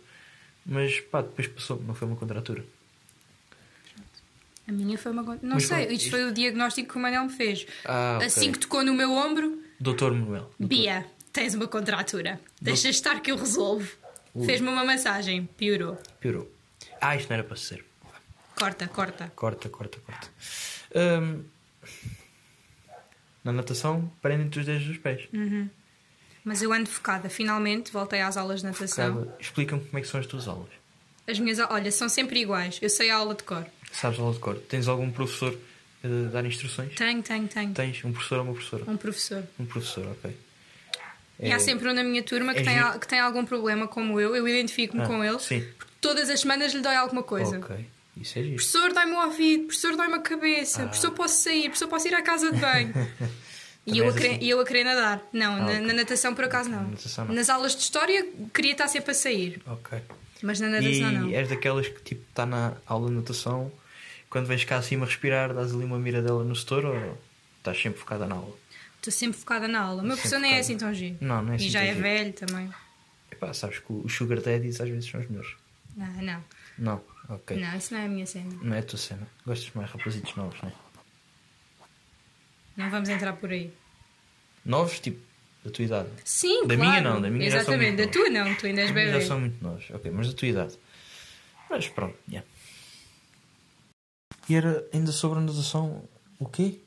Speaker 1: Mas pá, depois passou, não foi uma contratura.
Speaker 2: A minha foi uma. con- Não
Speaker 1: Mas
Speaker 2: sei,
Speaker 1: pronto,
Speaker 2: isto,
Speaker 1: isto-
Speaker 2: foi o diagnóstico que o Manel me fez.
Speaker 1: Ah, ok.
Speaker 2: Assim que tocou no meu ombro,
Speaker 1: Doutor Manuel.
Speaker 2: Bia, tens uma contratura. Deixa estar que eu resolvo. Fez-me uma massagem, piorou.
Speaker 1: Piorou. Ah, isto não era para ser.
Speaker 2: Corta, corta.
Speaker 1: Corta, corta, corta. Hum, na natação, prendem-te os dedos dos pés.
Speaker 2: Mas eu ando focada, finalmente voltei às aulas de natação.
Speaker 1: Acaba- Explica-me como é que são as tuas aulas.
Speaker 2: As minhas, au- olha, são sempre iguais. Eu sei a aula de cor.
Speaker 1: Sabes aula de cor? Tens algum professor eh, a dar instruções?
Speaker 2: Tenho, tenho, tenho.
Speaker 1: Tens um professor ou uma professora?
Speaker 2: Um professor.
Speaker 1: Um professor, ok.
Speaker 2: E há sempre um na minha turma que,
Speaker 1: é
Speaker 2: tem,
Speaker 1: giro.
Speaker 2: al- que tem algum problema, como eu. Eu identifico-me
Speaker 1: Ah,
Speaker 2: Um com ele.
Speaker 1: sim.
Speaker 2: Porque todas as semanas lhe dói alguma coisa.
Speaker 1: Ok, isso é giro.
Speaker 2: Professor, dói-me o ouvido. Professor, dói-me a cabeça.
Speaker 1: Ah.
Speaker 2: Professor, posso sair. Professor, posso ir à casa de banho. E
Speaker 1: Também
Speaker 2: eu, a
Speaker 1: és
Speaker 2: querer,
Speaker 1: assim? Ah,
Speaker 2: e eu a querer nadar. Não, na,
Speaker 1: ok.
Speaker 2: na natação por acaso não.
Speaker 1: Na natação, não.
Speaker 2: Nas aulas de história queria estar sempre a sair,
Speaker 1: Ok.
Speaker 2: mas na
Speaker 1: E
Speaker 2: natação não.
Speaker 1: és daquelas que tipo está na aula de natação, quando vens cá acima respirar, dás ali uma miradela no setor ou estás sempre focada na aula?
Speaker 2: Estou sempre focada na aula. O meu professor nem é
Speaker 1: focada.
Speaker 2: assim tão giro.
Speaker 1: Não, não é assim
Speaker 2: E já
Speaker 1: tão
Speaker 2: é
Speaker 1: giro.
Speaker 2: velho também.
Speaker 1: Epá, sabes que os sugar daddies às vezes são os meus.
Speaker 2: Não, Ah, não.
Speaker 1: Não, ok.
Speaker 2: Não, isso não é a minha cena.
Speaker 1: Não é a tua cena. Gostas mais de rapazitos novos, não é?
Speaker 2: Não vamos entrar por aí.
Speaker 1: Novos, tipo, da tua idade.
Speaker 2: Sim,
Speaker 1: Da
Speaker 2: claro.
Speaker 1: minha não, da minha já são
Speaker 2: Exatamente,
Speaker 1: muito
Speaker 2: da tua não, tu ainda és bebê.
Speaker 1: Já são muito novos, ok, mas da tua idade. Mas pronto, yeah. E era ainda sobre a natação, o quê?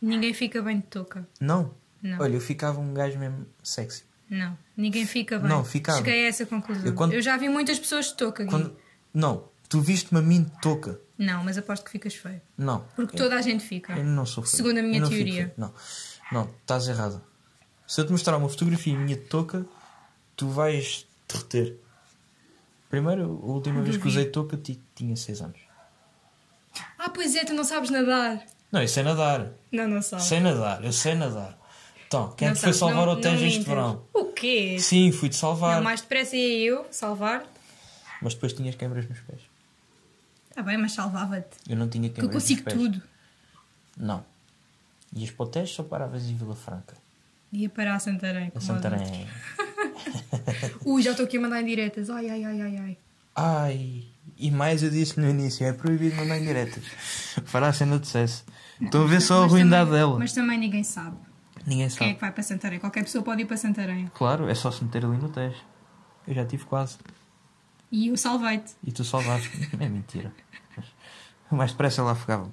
Speaker 2: Ninguém fica bem de touca.
Speaker 1: Não.
Speaker 2: Não.
Speaker 1: Olha, eu ficava um gajo mesmo sexy.
Speaker 2: Não, ninguém fica bem.
Speaker 1: Não, ficava.
Speaker 2: Cheguei a essa conclusão. Eu,
Speaker 1: Eu quando-
Speaker 2: já vi muitas pessoas de touca aqui.
Speaker 1: Quando... Não, tu viste-me a mim de touca.
Speaker 2: Não, mas aposto que ficas feio.
Speaker 1: Não.
Speaker 2: Porque
Speaker 1: eu,
Speaker 2: toda a gente fica.
Speaker 1: eu não sou feio.
Speaker 2: Segundo a minha
Speaker 1: Eu não fico
Speaker 2: teoria.
Speaker 1: feio. Não, não, estás errada. Se eu te mostrar uma fotografia minha de touca, tu vais te reter. Primeiro, a última vez que usei touca ti- tinha 6 anos.
Speaker 2: Ah, pois é, tu não sabes nadar.
Speaker 1: Não, isso é nadar.
Speaker 2: Não, não sabes.
Speaker 1: Sei nadar, eu sei nadar. Então, quem
Speaker 2: não
Speaker 1: é que foi
Speaker 2: sabes,
Speaker 1: salvar
Speaker 2: não-
Speaker 1: o Tejo
Speaker 2: não
Speaker 1: este
Speaker 2: mintas.
Speaker 1: verão?
Speaker 2: O quê?
Speaker 1: Sim, fui-te salvar.
Speaker 2: Não, mais depressa ia eu salvar.
Speaker 1: Mas depois tinhas câmeras nos pés.
Speaker 2: Está Tá bem, mas salvava-te.
Speaker 1: Eu não tinha
Speaker 2: Que eu
Speaker 1: câmeras nos
Speaker 2: consigo
Speaker 1: pés.
Speaker 2: tudo.
Speaker 1: Não. Ias para o Tejo só paravas em Vila Franca.
Speaker 2: Ia parar a Santarém.
Speaker 1: A
Speaker 2: como
Speaker 1: Santarém.
Speaker 2: adulto. Ui, já estou aqui a mandar em diretas. Ai, ai, ai, ai, ai.
Speaker 1: Ai, e mais eu disse no início, é proibido mandar em diretas. Fará a cena de sucesso. Estão a ver É só a
Speaker 2: Mas
Speaker 1: ruindade
Speaker 2: também-
Speaker 1: dela.
Speaker 2: Mas também ninguém sabe.
Speaker 1: Ninguém
Speaker 2: Quem é
Speaker 1: sabe.
Speaker 2: que vai para Santarém? Qualquer pessoa pode ir para Santarém.
Speaker 1: Claro, é só se meter ali no Tejo. Eu já tive quase.
Speaker 2: E eu salvei-te.
Speaker 1: E tu salvaste. é mentira. Mais depressa lá afogavam.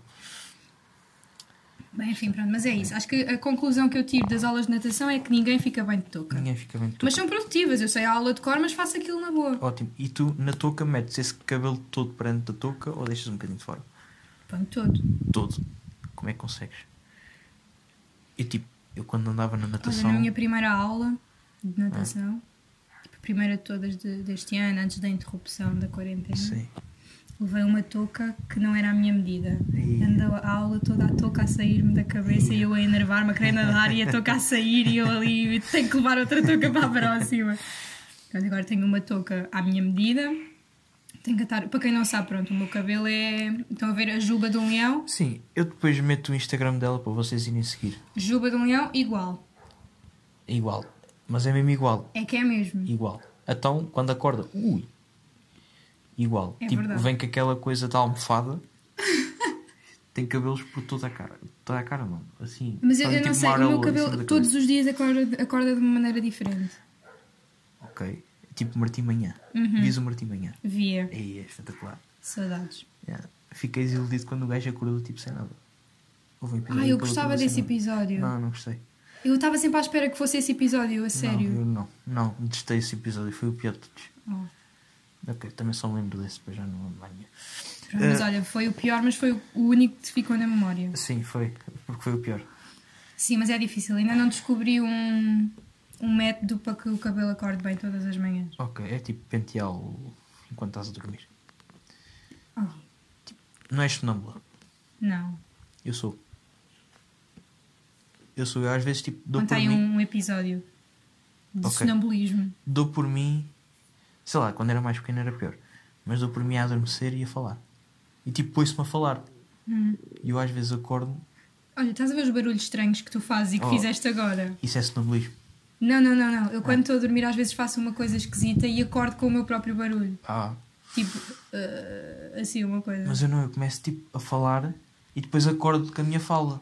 Speaker 2: Bem, enfim, pronto, mas é isso. Acho que a conclusão que eu tiro das aulas de natação é que ninguém fica bem de touca.
Speaker 1: Ninguém fica bem de touca.
Speaker 2: Mas são produtivas, eu sei a aula de cor, mas faço aquilo na boa.
Speaker 1: Ótimo. E tu, na touca, metes esse cabelo todo para dentro da touca ou deixas um bocadinho de fora?
Speaker 2: Ponto todo.
Speaker 1: Todo. Como é que consegues? Eu, tipo, eu quando andava na
Speaker 2: Olha,
Speaker 1: natação... Ah.
Speaker 2: na minha primeira aula de natação, tipo, a primeira de todas de- deste ano, antes da interrupção da quarentena,
Speaker 1: Sim.
Speaker 2: levei uma touca que não era a minha medida.
Speaker 1: Ih.
Speaker 2: Andou a aula toda a touca a sair-me da cabeça e eu a enervar-me, a querer nadar e a touca a sair e eu ali tenho que levar outra touca para a próxima. Portanto, agora tenho uma touca à minha medida. Tenho que atar... Para quem não sabe, pronto, o meu cabelo é. Estão a ver a juba de um leão?
Speaker 1: Sim, eu depois meto o Instagram dela para vocês irem seguir.
Speaker 2: Juba de um leão, igual.
Speaker 1: É igual. Mas é mesmo igual.
Speaker 2: É que é mesmo.
Speaker 1: Igual. Então, quando acorda, ui. Igual.
Speaker 2: É
Speaker 1: tipo,
Speaker 2: verdade.
Speaker 1: vem com aquela coisa da almofada. Tem cabelos por toda a cara. Toda a cara, mano. Assim.
Speaker 2: Mas eu,
Speaker 1: fazem
Speaker 2: eu não
Speaker 1: tipo
Speaker 2: sei,
Speaker 1: uma
Speaker 2: o meu
Speaker 1: auréola em cima
Speaker 2: cabelo
Speaker 1: da
Speaker 2: todos os dias acorda, acorda de uma maneira diferente.
Speaker 1: cabeça. Ok. Tipo Martim Manhã.
Speaker 2: Uhum.
Speaker 1: Diz o Martim Manhã.
Speaker 2: Via.
Speaker 1: Aí é espetacular.
Speaker 2: Saudades.
Speaker 1: Yeah. Fiquei desiludido quando o gajo acordou, tipo, sem nada. Houve um episódio
Speaker 2: Ah,
Speaker 1: que ele
Speaker 2: eu gostava
Speaker 1: acordou sem
Speaker 2: desse
Speaker 1: nada.
Speaker 2: episódio.
Speaker 1: Não, não gostei.
Speaker 2: Eu estava sempre à espera que fosse esse episódio, a
Speaker 1: Não,
Speaker 2: sério.
Speaker 1: eu não. Não, detestei esse episódio. Foi o pior de todos.
Speaker 2: Oh.
Speaker 1: Ok, também só me lembro desse, depois já não lembro mais nenhum.
Speaker 2: Pronto, Mas
Speaker 1: É.
Speaker 2: olha, foi o pior, mas foi o único que te ficou na memória.
Speaker 1: Sim, foi. Porque foi o pior.
Speaker 2: Sim, mas é difícil. Ainda não descobri um, um método para que o cabelo acorde bem todas as manhãs.
Speaker 1: Ok, é tipo penteá-lo enquanto estás a dormir.
Speaker 2: Oh,
Speaker 1: Não és sonâmbula.
Speaker 2: não.
Speaker 1: Eu sou. Eu sou. Eu às vezes tipo, dou por
Speaker 2: Contei
Speaker 1: mim.
Speaker 2: um episódio de
Speaker 1: Ok.
Speaker 2: sonambulismo.
Speaker 1: Dou por mim. Sei lá, quando era mais pequeno era pior. Mas dou por mim a adormecer e a falar. E tipo, põe-se-me a falar. E eu às vezes acordo,
Speaker 2: Olha, estás a ver os barulhos estranhos que tu fazes e que
Speaker 1: Oh.
Speaker 2: fizeste agora?
Speaker 1: isso é sonambulismo.
Speaker 2: Não, não, não, não. Eu quando estou a dormir às vezes faço uma coisa esquisita e acordo com o meu próprio barulho.
Speaker 1: Ah,
Speaker 2: Tipo, eh, assim, uma coisa. Mas,
Speaker 1: mas eu não, eu começo tipo a falar e depois acordo com a minha fala.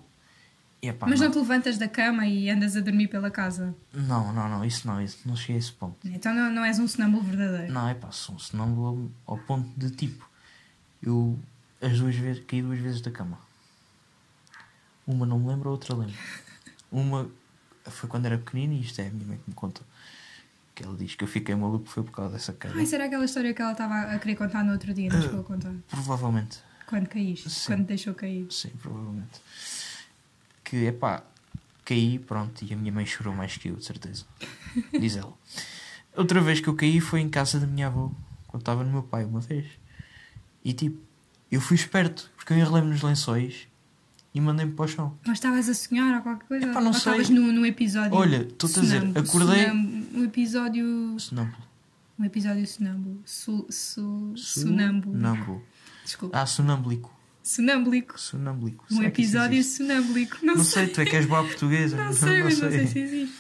Speaker 1: E, epá,
Speaker 2: não
Speaker 1: não,
Speaker 2: te levantas da cama e andas a dormir pela casa.
Speaker 1: não, não, não, isso não, isso não cheguei a esse ponto.
Speaker 2: Então não, não és um sonâmbulo verdadeiro.
Speaker 1: Não, é pá, sou um sonâmbulo ao ponto de tipo. Eu as duas vezes caí duas vezes da cama. Uma não me lembro, a outra lembro. Uma foi quando era pequenino e isto é a minha mãe que me conta. Que ela diz que eu fiquei maluco foi por causa dessa queda.
Speaker 2: Ai, será aquela história que ela estava a querer contar no outro dia? Não chegou a contar.
Speaker 1: Provavelmente,
Speaker 2: Quando caíste,
Speaker 1: Sim.
Speaker 2: quando deixou cair.
Speaker 1: sim, provavelmente. Que é pá, caí, pronto, e a minha mãe chorou mais que eu, de certeza. Diz ela. Outra vez que eu caí foi em casa da minha avó, quando estava no meu pai uma vez. E tipo, eu fui esperto, porque eu enrolei-me nos lençóis e mandei-me para o chão.
Speaker 2: Mas estavas a sonhar ou qualquer coisa?
Speaker 1: Epá, não
Speaker 2: ou
Speaker 1: sei.
Speaker 2: estavas num, num episódio.
Speaker 1: Olha, estou-te a dizer,
Speaker 2: sonâmbulo,
Speaker 1: acordei-
Speaker 2: sonâmbulo, Um episódio.
Speaker 1: Sonâmbulo.
Speaker 2: Um episódio sonâmbulo. Su, su, sonâmbulo.
Speaker 1: Sonâmbulo.
Speaker 2: Desculpa.
Speaker 1: Ah, sonâmbulico.
Speaker 2: Sonâmbulico.
Speaker 1: Sonâmbulico.
Speaker 2: Um
Speaker 1: Será que isso
Speaker 2: episódio
Speaker 1: existe?
Speaker 2: sonâmbulico. Não,
Speaker 1: Não
Speaker 2: sei.
Speaker 1: sei, tu é que és boa portuguesa.
Speaker 2: Não sei, mas não sei se existe.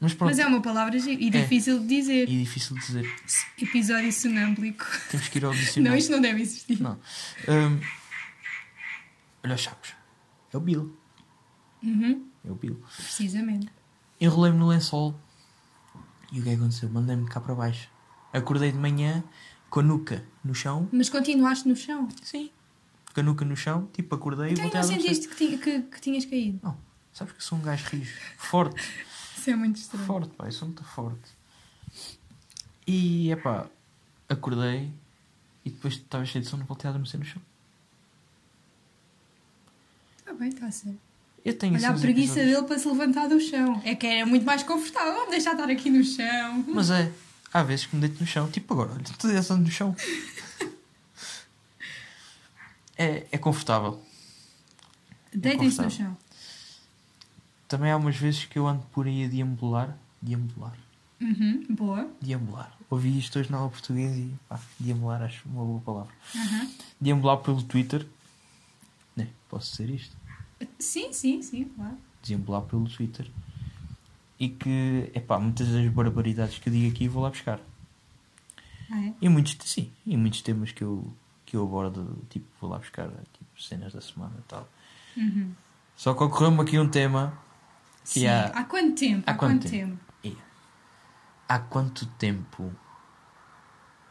Speaker 1: Mas pronto,
Speaker 2: Mas é um uma palavra gira e
Speaker 1: É.
Speaker 2: difícil de dizer.
Speaker 1: e difícil de dizer.
Speaker 2: Episódio sonâmbulico.
Speaker 1: Temos que ir ao
Speaker 2: Não,
Speaker 1: dicionário.
Speaker 2: isto não deve existir.
Speaker 1: Não. Hum, olha os chapos. É o Bill.
Speaker 2: Uhum,
Speaker 1: É o Bill.
Speaker 2: precisamente.
Speaker 1: Enrolei-me no lençol. E o que é que aconteceu? Mandei-me cá para baixo. Acordei de manhã com a nuca no chão.
Speaker 2: Mas continuaste no chão.
Speaker 1: Sim. Com a nuca no chão. Tipo, acordei e
Speaker 2: Então e
Speaker 1: voltei
Speaker 2: não
Speaker 1: a adormecer.
Speaker 2: sentiste que, ti- que- que tinhas caído?
Speaker 1: Não. Sabes que eu sou um gajo rijo. Forte.
Speaker 2: Isso é muito estranho.
Speaker 1: Forte, pá, eu sou muito forte. E, epá, acordei e depois estava cheio de sono, voltei a adormecer no chão.
Speaker 2: Está Tá bem, está certo.
Speaker 1: Eu tenho assim
Speaker 2: Olha a
Speaker 1: esses
Speaker 2: preguiça
Speaker 1: episódios.
Speaker 2: dele para se levantar do chão. É que era muito mais confortável. Vamos deixar estar aqui no chão.
Speaker 1: Mas é, há vezes que me deito no chão, tipo agora, olha, estou deitado no chão. É, é confortável.
Speaker 2: Deitem-se no
Speaker 1: é confortável.
Speaker 2: chão.
Speaker 1: Também há umas vezes que eu ando por aí a deambular. Deambular.
Speaker 2: Uhum, boa.
Speaker 1: Deambular. Ouvi isto hoje na aula portuguesa e pá, deambular acho uma boa palavra.
Speaker 2: Uhum.
Speaker 1: Deambular pelo Twitter. Né, posso dizer isto?
Speaker 2: Sim, sim, sim, claro.
Speaker 1: Deambular pelo Twitter. E que, é pá, muitas das barbaridades que eu digo aqui eu vou lá buscar.
Speaker 2: Ah, é?
Speaker 1: E muitos, sim, e muitos temas que eu, que eu abordo, tipo, vou lá buscar tipo, cenas da semana e tal.
Speaker 2: Uhum.
Speaker 1: Só que ocorreu-me aqui um tema que
Speaker 2: Sim.
Speaker 1: há,
Speaker 2: Há quanto tempo? Há, quanto, tempo?
Speaker 1: É. Há quanto tempo?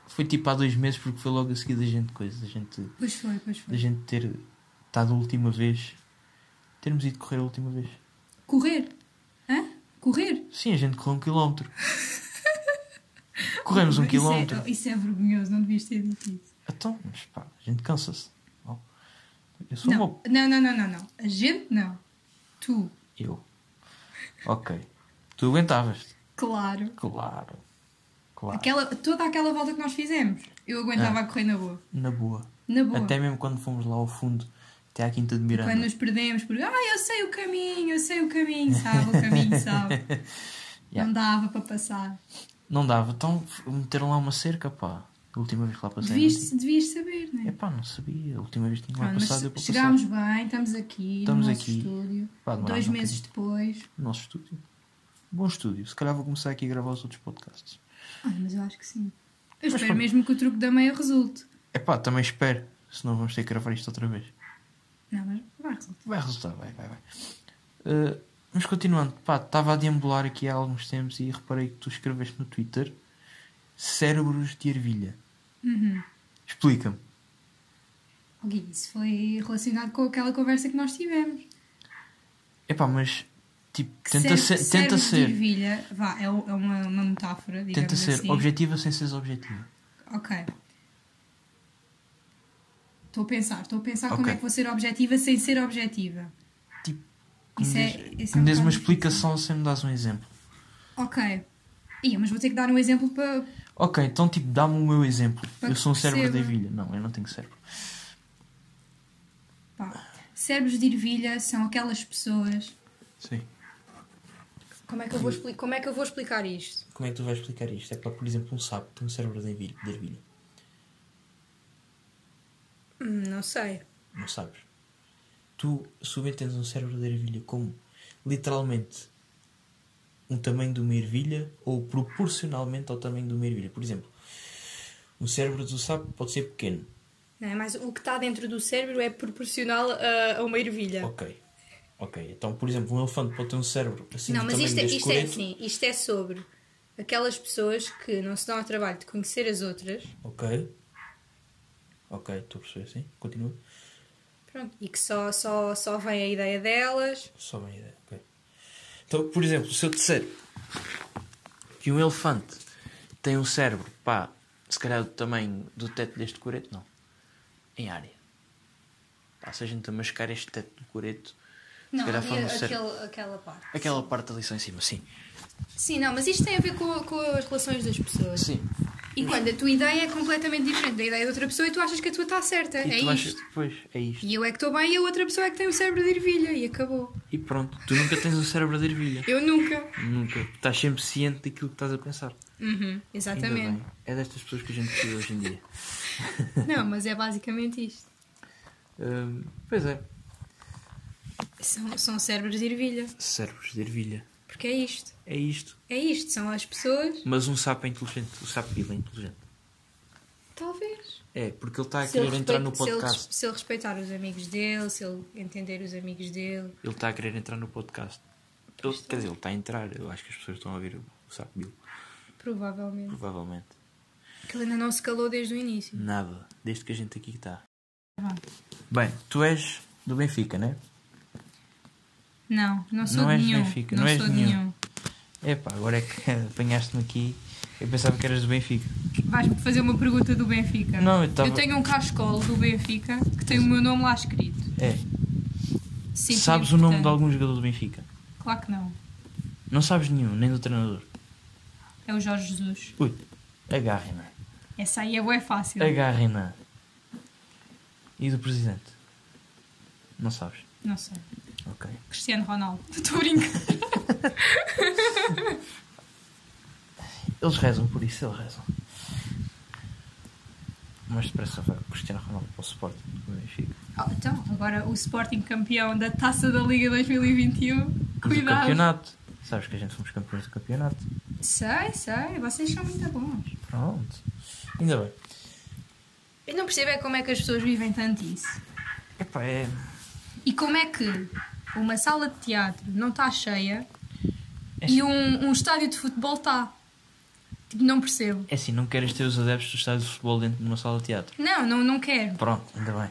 Speaker 1: Foi tipo há dois meses, porque foi logo a seguir da gente coisa, da gente,
Speaker 2: Pois foi, pois foi.
Speaker 1: da gente ter estado a última vez, termos ido correr a última vez.
Speaker 2: Correr. Hã? Correr?
Speaker 1: Sim, a gente correu um quilómetro. Corremos um
Speaker 2: Isso é-
Speaker 1: quilómetro.
Speaker 2: Isso é, vergonhoso, não devias ter dito isso.
Speaker 1: Então, mas pá, a gente cansa-se. Não. Eu sou mau.
Speaker 2: Não. não, não, não, não, não. A gente não. Tu,
Speaker 1: Eu. Ok. Tu aguentavas?
Speaker 2: claro.
Speaker 1: Claro. Claro.
Speaker 2: Aquela, toda aquela volta que nós fizemos, eu aguentava
Speaker 1: Ah.
Speaker 2: a correr na boa.
Speaker 1: Na boa.
Speaker 2: Na boa.
Speaker 1: Até mesmo quando fomos lá ao fundo, até à Quinta de Miranda.
Speaker 2: Quando nos perdemos, porque ah, eu sei o caminho, eu sei o caminho, sabe? O caminho, sabe?
Speaker 1: Yeah.
Speaker 2: Não dava para passar.
Speaker 1: Não dava. Então f- meteram lá uma cerca, pá. A última vez que lá passei.
Speaker 2: Devias, devias saber, né?
Speaker 1: É pá, não sabia. A última vez que tinha lá
Speaker 2: Pronto,
Speaker 1: passado, eu
Speaker 2: Ah, mas
Speaker 1: para
Speaker 2: chegámos
Speaker 1: passar.
Speaker 2: bem, estamos aqui
Speaker 1: Estamos
Speaker 2: no nosso
Speaker 1: aqui.
Speaker 2: estúdio.
Speaker 1: Pá, demorámos
Speaker 2: Dois
Speaker 1: um
Speaker 2: meses depois.
Speaker 1: no Nosso estúdio. Bom estúdio. Se calhar vou começar aqui a gravar os outros podcasts.
Speaker 2: Ah, mas eu acho que sim. Eu
Speaker 1: Mas
Speaker 2: espero
Speaker 1: pronto.
Speaker 2: mesmo que o truque da meia resulte.
Speaker 1: É pá, também espero. Senão vamos ter que gravar isto outra vez.
Speaker 2: Não, mas vai resultar.
Speaker 1: Vai resultar, vai, vai, vai. Uh, mas continuando, pá, estava a deambular aqui há alguns tempos e reparei que tu escreveste no Twitter cérebros de ervilha.
Speaker 2: Uhum.
Speaker 1: Explica-me.
Speaker 2: Oh, Gui, isso foi relacionado com aquela conversa que nós tivemos.
Speaker 1: Epá, mas tipo,
Speaker 2: Que
Speaker 1: tenta
Speaker 2: serve-
Speaker 1: ser,
Speaker 2: que
Speaker 1: tenta
Speaker 2: serve
Speaker 1: ser,
Speaker 2: De ervilha, vá, é, u- é uma, uma metáfora, digamos
Speaker 1: tenta ser
Speaker 2: assim.
Speaker 1: objetiva sem seres objetiva.
Speaker 2: Ok. Estou a pensar, estou a pensar como
Speaker 1: Ok.
Speaker 2: é que vou ser objetiva sem ser objetiva.
Speaker 1: Tipo, que
Speaker 2: Isso
Speaker 1: me
Speaker 2: é-
Speaker 1: dês, que
Speaker 2: isso é um
Speaker 1: me dês
Speaker 2: bocado
Speaker 1: uma
Speaker 2: difícil.
Speaker 1: explicação sem me dares um exemplo.
Speaker 2: Ok. Ih, mas vou ter que dar um exemplo para.
Speaker 1: Ok, então tipo, dá-me o meu exemplo.
Speaker 2: Para é?
Speaker 1: eu
Speaker 2: que
Speaker 1: sou um cérebro de
Speaker 2: perceba.
Speaker 1: ervilha. Não, eu não tenho cérebro.
Speaker 2: pá. Cérebros de ervilha são aquelas pessoas.
Speaker 1: Sim.
Speaker 2: Como é que eu vou, expli- como é que eu vou explicar isto?
Speaker 1: Como é que tu vais explicar isto? É para, por exemplo, um sapo tem um cérebro de ervilha. De ervilha.
Speaker 2: Hum, Não sei.
Speaker 1: Não sabes. Tu subentendes um cérebro de ervilha como literalmente um tamanho de uma ervilha ou proporcionalmente ao tamanho de uma ervilha. Por exemplo, um cérebro do sapo pode ser pequeno.
Speaker 2: Não é? Mas o que está dentro do cérebro é proporcional a, a uma ervilha.
Speaker 1: Ok. Ok. Então, por exemplo, um elefante pode ter um cérebro assim
Speaker 2: não,
Speaker 1: do
Speaker 2: mas
Speaker 1: tamanho
Speaker 2: isto, é-
Speaker 1: deste
Speaker 2: isto é
Speaker 1: coreto.
Speaker 2: assim, isto é sobre aquelas pessoas que não se dão ao trabalho de conhecer as outras
Speaker 1: Ok. Ok, estou a perceber, sim. Continua.
Speaker 2: pronto, e que só, só, só vem a ideia delas.
Speaker 1: Só uma ideia, ok. Então, por exemplo, se eu disser que um elefante tem um cérebro, pá, se calhar do tamanho do teto deste coreto, não. Em área. Pá, se a gente mascar este teto do coreto, se
Speaker 2: Não,
Speaker 1: calhar
Speaker 2: ali,
Speaker 1: forma um cérebro.
Speaker 2: aquele, aquela parte.
Speaker 1: Aquela parte ali só em cima, sim.
Speaker 2: Sim, não, mas isto tem a ver com, com as relações das pessoas.
Speaker 1: Sim.
Speaker 2: E quando a tua ideia é completamente diferente da ideia da outra pessoa e tu achas que a tua está certa,
Speaker 1: E
Speaker 2: é
Speaker 1: tu
Speaker 2: isto.
Speaker 1: achas depois, é isto.
Speaker 2: E eu é que estou bem e a outra pessoa é que tem o cérebro de ervilha e acabou.
Speaker 1: E pronto, tu nunca tens um cérebro de ervilha.
Speaker 2: Eu nunca.
Speaker 1: Nunca. Estás sempre ciente daquilo que estás a pensar.
Speaker 2: Uhum,
Speaker 1: Ainda
Speaker 2: exatamente.
Speaker 1: bem. É destas pessoas que a gente precisa hoje em dia.
Speaker 2: Não, mas é basicamente isto.
Speaker 1: Hum, pois é.
Speaker 2: São, são cérebros de ervilha.
Speaker 1: Cérebros de ervilha.
Speaker 2: Porque é isto.
Speaker 1: É isto.
Speaker 2: É isto. São as pessoas.
Speaker 1: Mas um sapo é inteligente. O sapo Bill é inteligente.
Speaker 2: Talvez.
Speaker 1: É, porque ele está a
Speaker 2: Se ele
Speaker 1: querer entrar no
Speaker 2: respeita- se ele-
Speaker 1: podcast.
Speaker 2: Se ele, respeitar os amigos dele, se ele entender os amigos dele.
Speaker 1: Ele está a querer entrar no podcast. Ele, quer dizer, ele está a entrar. Eu acho que as pessoas estão a ouvir o, o sapo Bill.
Speaker 2: Provavelmente.
Speaker 1: Provavelmente.
Speaker 2: Que ele ainda não se calou desde o início.
Speaker 1: Nada. Desde que a gente aqui está. Bem, tu és do Benfica, né?
Speaker 2: Não, não sou
Speaker 1: Não
Speaker 2: de
Speaker 1: és
Speaker 2: nenhum.
Speaker 1: Benfica,
Speaker 2: não
Speaker 1: não és
Speaker 2: sou
Speaker 1: de
Speaker 2: de
Speaker 1: nenhum.
Speaker 2: nenhum.
Speaker 1: Epá, agora é que apanhaste-me aqui. Eu pensava que eras do Benfica.
Speaker 2: Vais-me fazer uma pergunta do Benfica.
Speaker 1: Não, eu tava-
Speaker 2: tenho um cascolo do Benfica que tem o meu nome lá escrito.
Speaker 1: É.
Speaker 2: Sim,
Speaker 1: sabes
Speaker 2: sim,
Speaker 1: o nome de
Speaker 2: portanto.
Speaker 1: algum jogador do Benfica?
Speaker 2: Claro que não.
Speaker 1: Não sabes nenhum, nem do treinador.
Speaker 2: É o Jorge Jesus.
Speaker 1: Ui, agarrem-na.
Speaker 2: Essa aí é bué fácil.
Speaker 1: Agarrem-na. E do presidente? Não sabes.
Speaker 2: Não sei.
Speaker 1: Ok.
Speaker 2: Cristiano Ronaldo. Estou a brincar.
Speaker 1: Eles rezam por isso, eles rezam. Mais depressa vai o Cristiano Ronaldo para o Sporting do Benfica.
Speaker 2: Ah, então, agora o Sporting campeão da Taça da Liga 2021.
Speaker 1: Do
Speaker 2: Cuidado.
Speaker 1: campeonato. Sabes que a gente fomos campeões do campeonato.
Speaker 2: Sei, sei. Vocês são muito bons.
Speaker 1: Pronto. Ainda bem.
Speaker 2: Eu não percebo é como é que as pessoas vivem tanto isso.
Speaker 1: Epá, é...
Speaker 2: E como é que uma sala de teatro não está cheia
Speaker 1: É.
Speaker 2: e um, um estádio de futebol está. Tipo, não percebo.
Speaker 1: é assim, não queres ter os adeptos do estádio de futebol dentro de uma sala de teatro.
Speaker 2: Não, não, não quero.
Speaker 1: Pronto, ainda bem.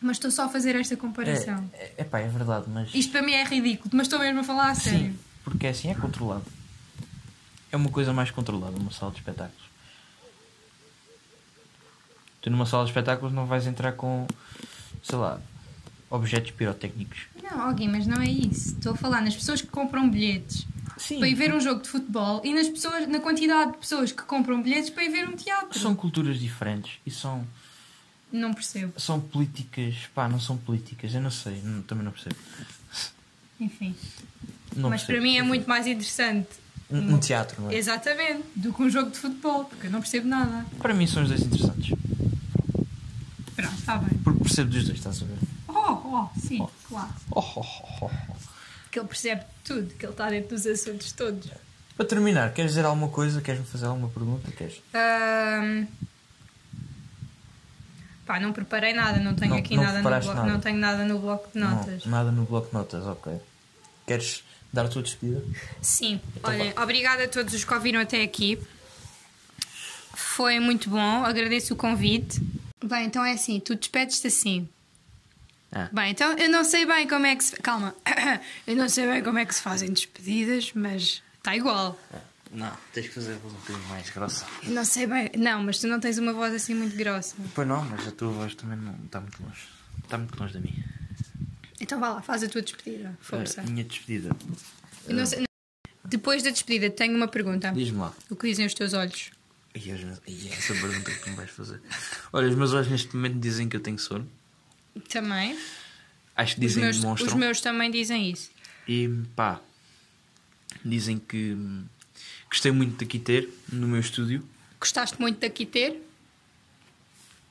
Speaker 2: Mas estou só a fazer esta comparação.
Speaker 1: É, é, epá, é verdade, mas...
Speaker 2: Isto para mim é ridículo, mas estou mesmo a falar a sério.
Speaker 1: Sim, porque assim é controlado. É uma coisa mais controlada, uma sala de espetáculos. Tu numa sala de espetáculos não vais entrar com, sei lá, objetos pirotécnicos.
Speaker 2: Não, Ogui, mas não é isso. Estou a falar nas pessoas que compram bilhetes
Speaker 1: Sim.
Speaker 2: para ir ver um jogo de futebol e nas pessoas, na quantidade de pessoas que compram bilhetes para ir ver um teatro.
Speaker 1: São culturas diferentes e são,
Speaker 2: Não percebo.
Speaker 1: são políticas, pá, não são políticas, eu não sei, não- também não percebo.
Speaker 2: Enfim.
Speaker 1: Não
Speaker 2: mas
Speaker 1: percebo.
Speaker 2: para mim é muito mais interessante.
Speaker 1: Um, um teatro, não é?
Speaker 2: Exatamente, do que um jogo de futebol, porque eu não percebo nada.
Speaker 1: Para mim são os dois interessantes.
Speaker 2: Pronto, está bem.
Speaker 1: Porque percebo dos dois, estás a ver?
Speaker 2: Oh, oh, sim, claro.
Speaker 1: Oh, oh, oh, oh.
Speaker 2: Que ele percebe tudo, que ele está dentro dos assuntos todos.
Speaker 1: Para terminar, queres dizer alguma coisa? Queres-me fazer alguma pergunta? Queres?
Speaker 2: Ahm, Pá, não preparei nada, não tenho
Speaker 1: Não-
Speaker 2: aqui
Speaker 1: não
Speaker 2: nada, no
Speaker 1: preparaste
Speaker 2: bloco,
Speaker 1: nada.
Speaker 2: não tenho nada no bloco de notas.
Speaker 1: Não, nada no bloco de notas, ok. Queres dar a tua despedida?
Speaker 2: Sim,
Speaker 1: Então
Speaker 2: olha, obrigada a todos os que ouviram até aqui. Foi muito bom, agradeço o convite. Bem, então é assim, tu despedes-te assim.
Speaker 1: Ah.
Speaker 2: Bem, então eu não sei bem como é que se. Calma, eu não sei bem como é que se fazem despedidas, mas está igual.
Speaker 1: Não, tens que fazer a voz um bocadinho mais grossa.
Speaker 2: Eu não sei bem. Não, mas tu não tens uma voz assim muito grossa.
Speaker 1: Pois não, mas a tua voz também não está muito longe. Está muito longe da minha.
Speaker 2: Então vá lá, faz a tua despedida. Força.
Speaker 1: A minha despedida. É,
Speaker 2: Eu não sei- Depois da despedida, tenho uma pergunta.
Speaker 1: Diz-me lá.
Speaker 2: O que dizem os teus olhos?
Speaker 1: E essa pergunta que tu me vais fazer. Olha, os meus olhos neste momento dizem que eu tenho sono.
Speaker 2: Também.
Speaker 1: Acho que dizem que
Speaker 2: os, meus, os
Speaker 1: demonstram.
Speaker 2: meus também dizem isso.
Speaker 1: E pá, dizem que hum, gostei muito de aqui ter no meu estúdio.
Speaker 2: Gostaste muito de aqui ter?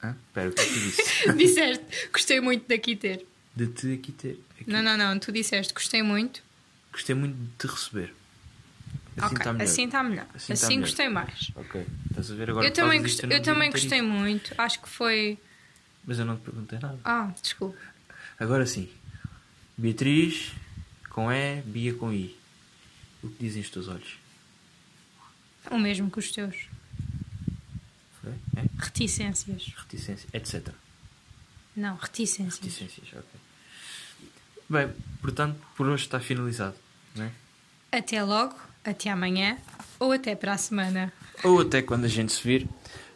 Speaker 1: Hã? Espera, o que é que tu disse?
Speaker 2: Disseste, gostei muito daqui ter.
Speaker 1: De te aqui ter. aqui.
Speaker 2: Não, não, não, tu disseste, gostei muito.
Speaker 1: Gostei muito de te receber. Assim
Speaker 2: Assim
Speaker 1: está melhor.
Speaker 2: assim está melhor.
Speaker 1: Assim
Speaker 2: Assim,
Speaker 1: tá melhor.
Speaker 2: gostei mais.
Speaker 1: Ok, estás a ver agora.
Speaker 2: eu
Speaker 1: por
Speaker 2: também,
Speaker 1: causa disto,
Speaker 2: gost-
Speaker 1: não
Speaker 2: eu também
Speaker 1: devia ter
Speaker 2: gostei
Speaker 1: ido.
Speaker 2: muito. Acho que foi.
Speaker 1: Mas eu não te perguntei nada.
Speaker 2: Ah, desculpa.
Speaker 1: Agora sim. Beatriz com E, Bia com I. O que dizem os teus olhos?
Speaker 2: O mesmo que os teus.
Speaker 1: Foi? É?
Speaker 2: Reticências.
Speaker 1: Reticência, etc.
Speaker 2: Não, reticências.
Speaker 1: Reticências, ok. Bem, portanto, por hoje está finalizado. Não é?
Speaker 2: Até logo, até amanhã ou até para a semana.
Speaker 1: Ou até quando a gente se vir.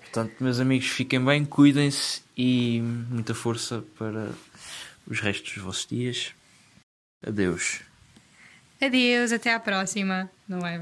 Speaker 1: Portanto, meus amigos, fiquem bem, cuidem-se e muita força para os restos dos vossos dias. Adeus.
Speaker 2: Adeus, até à próxima. Não é bem?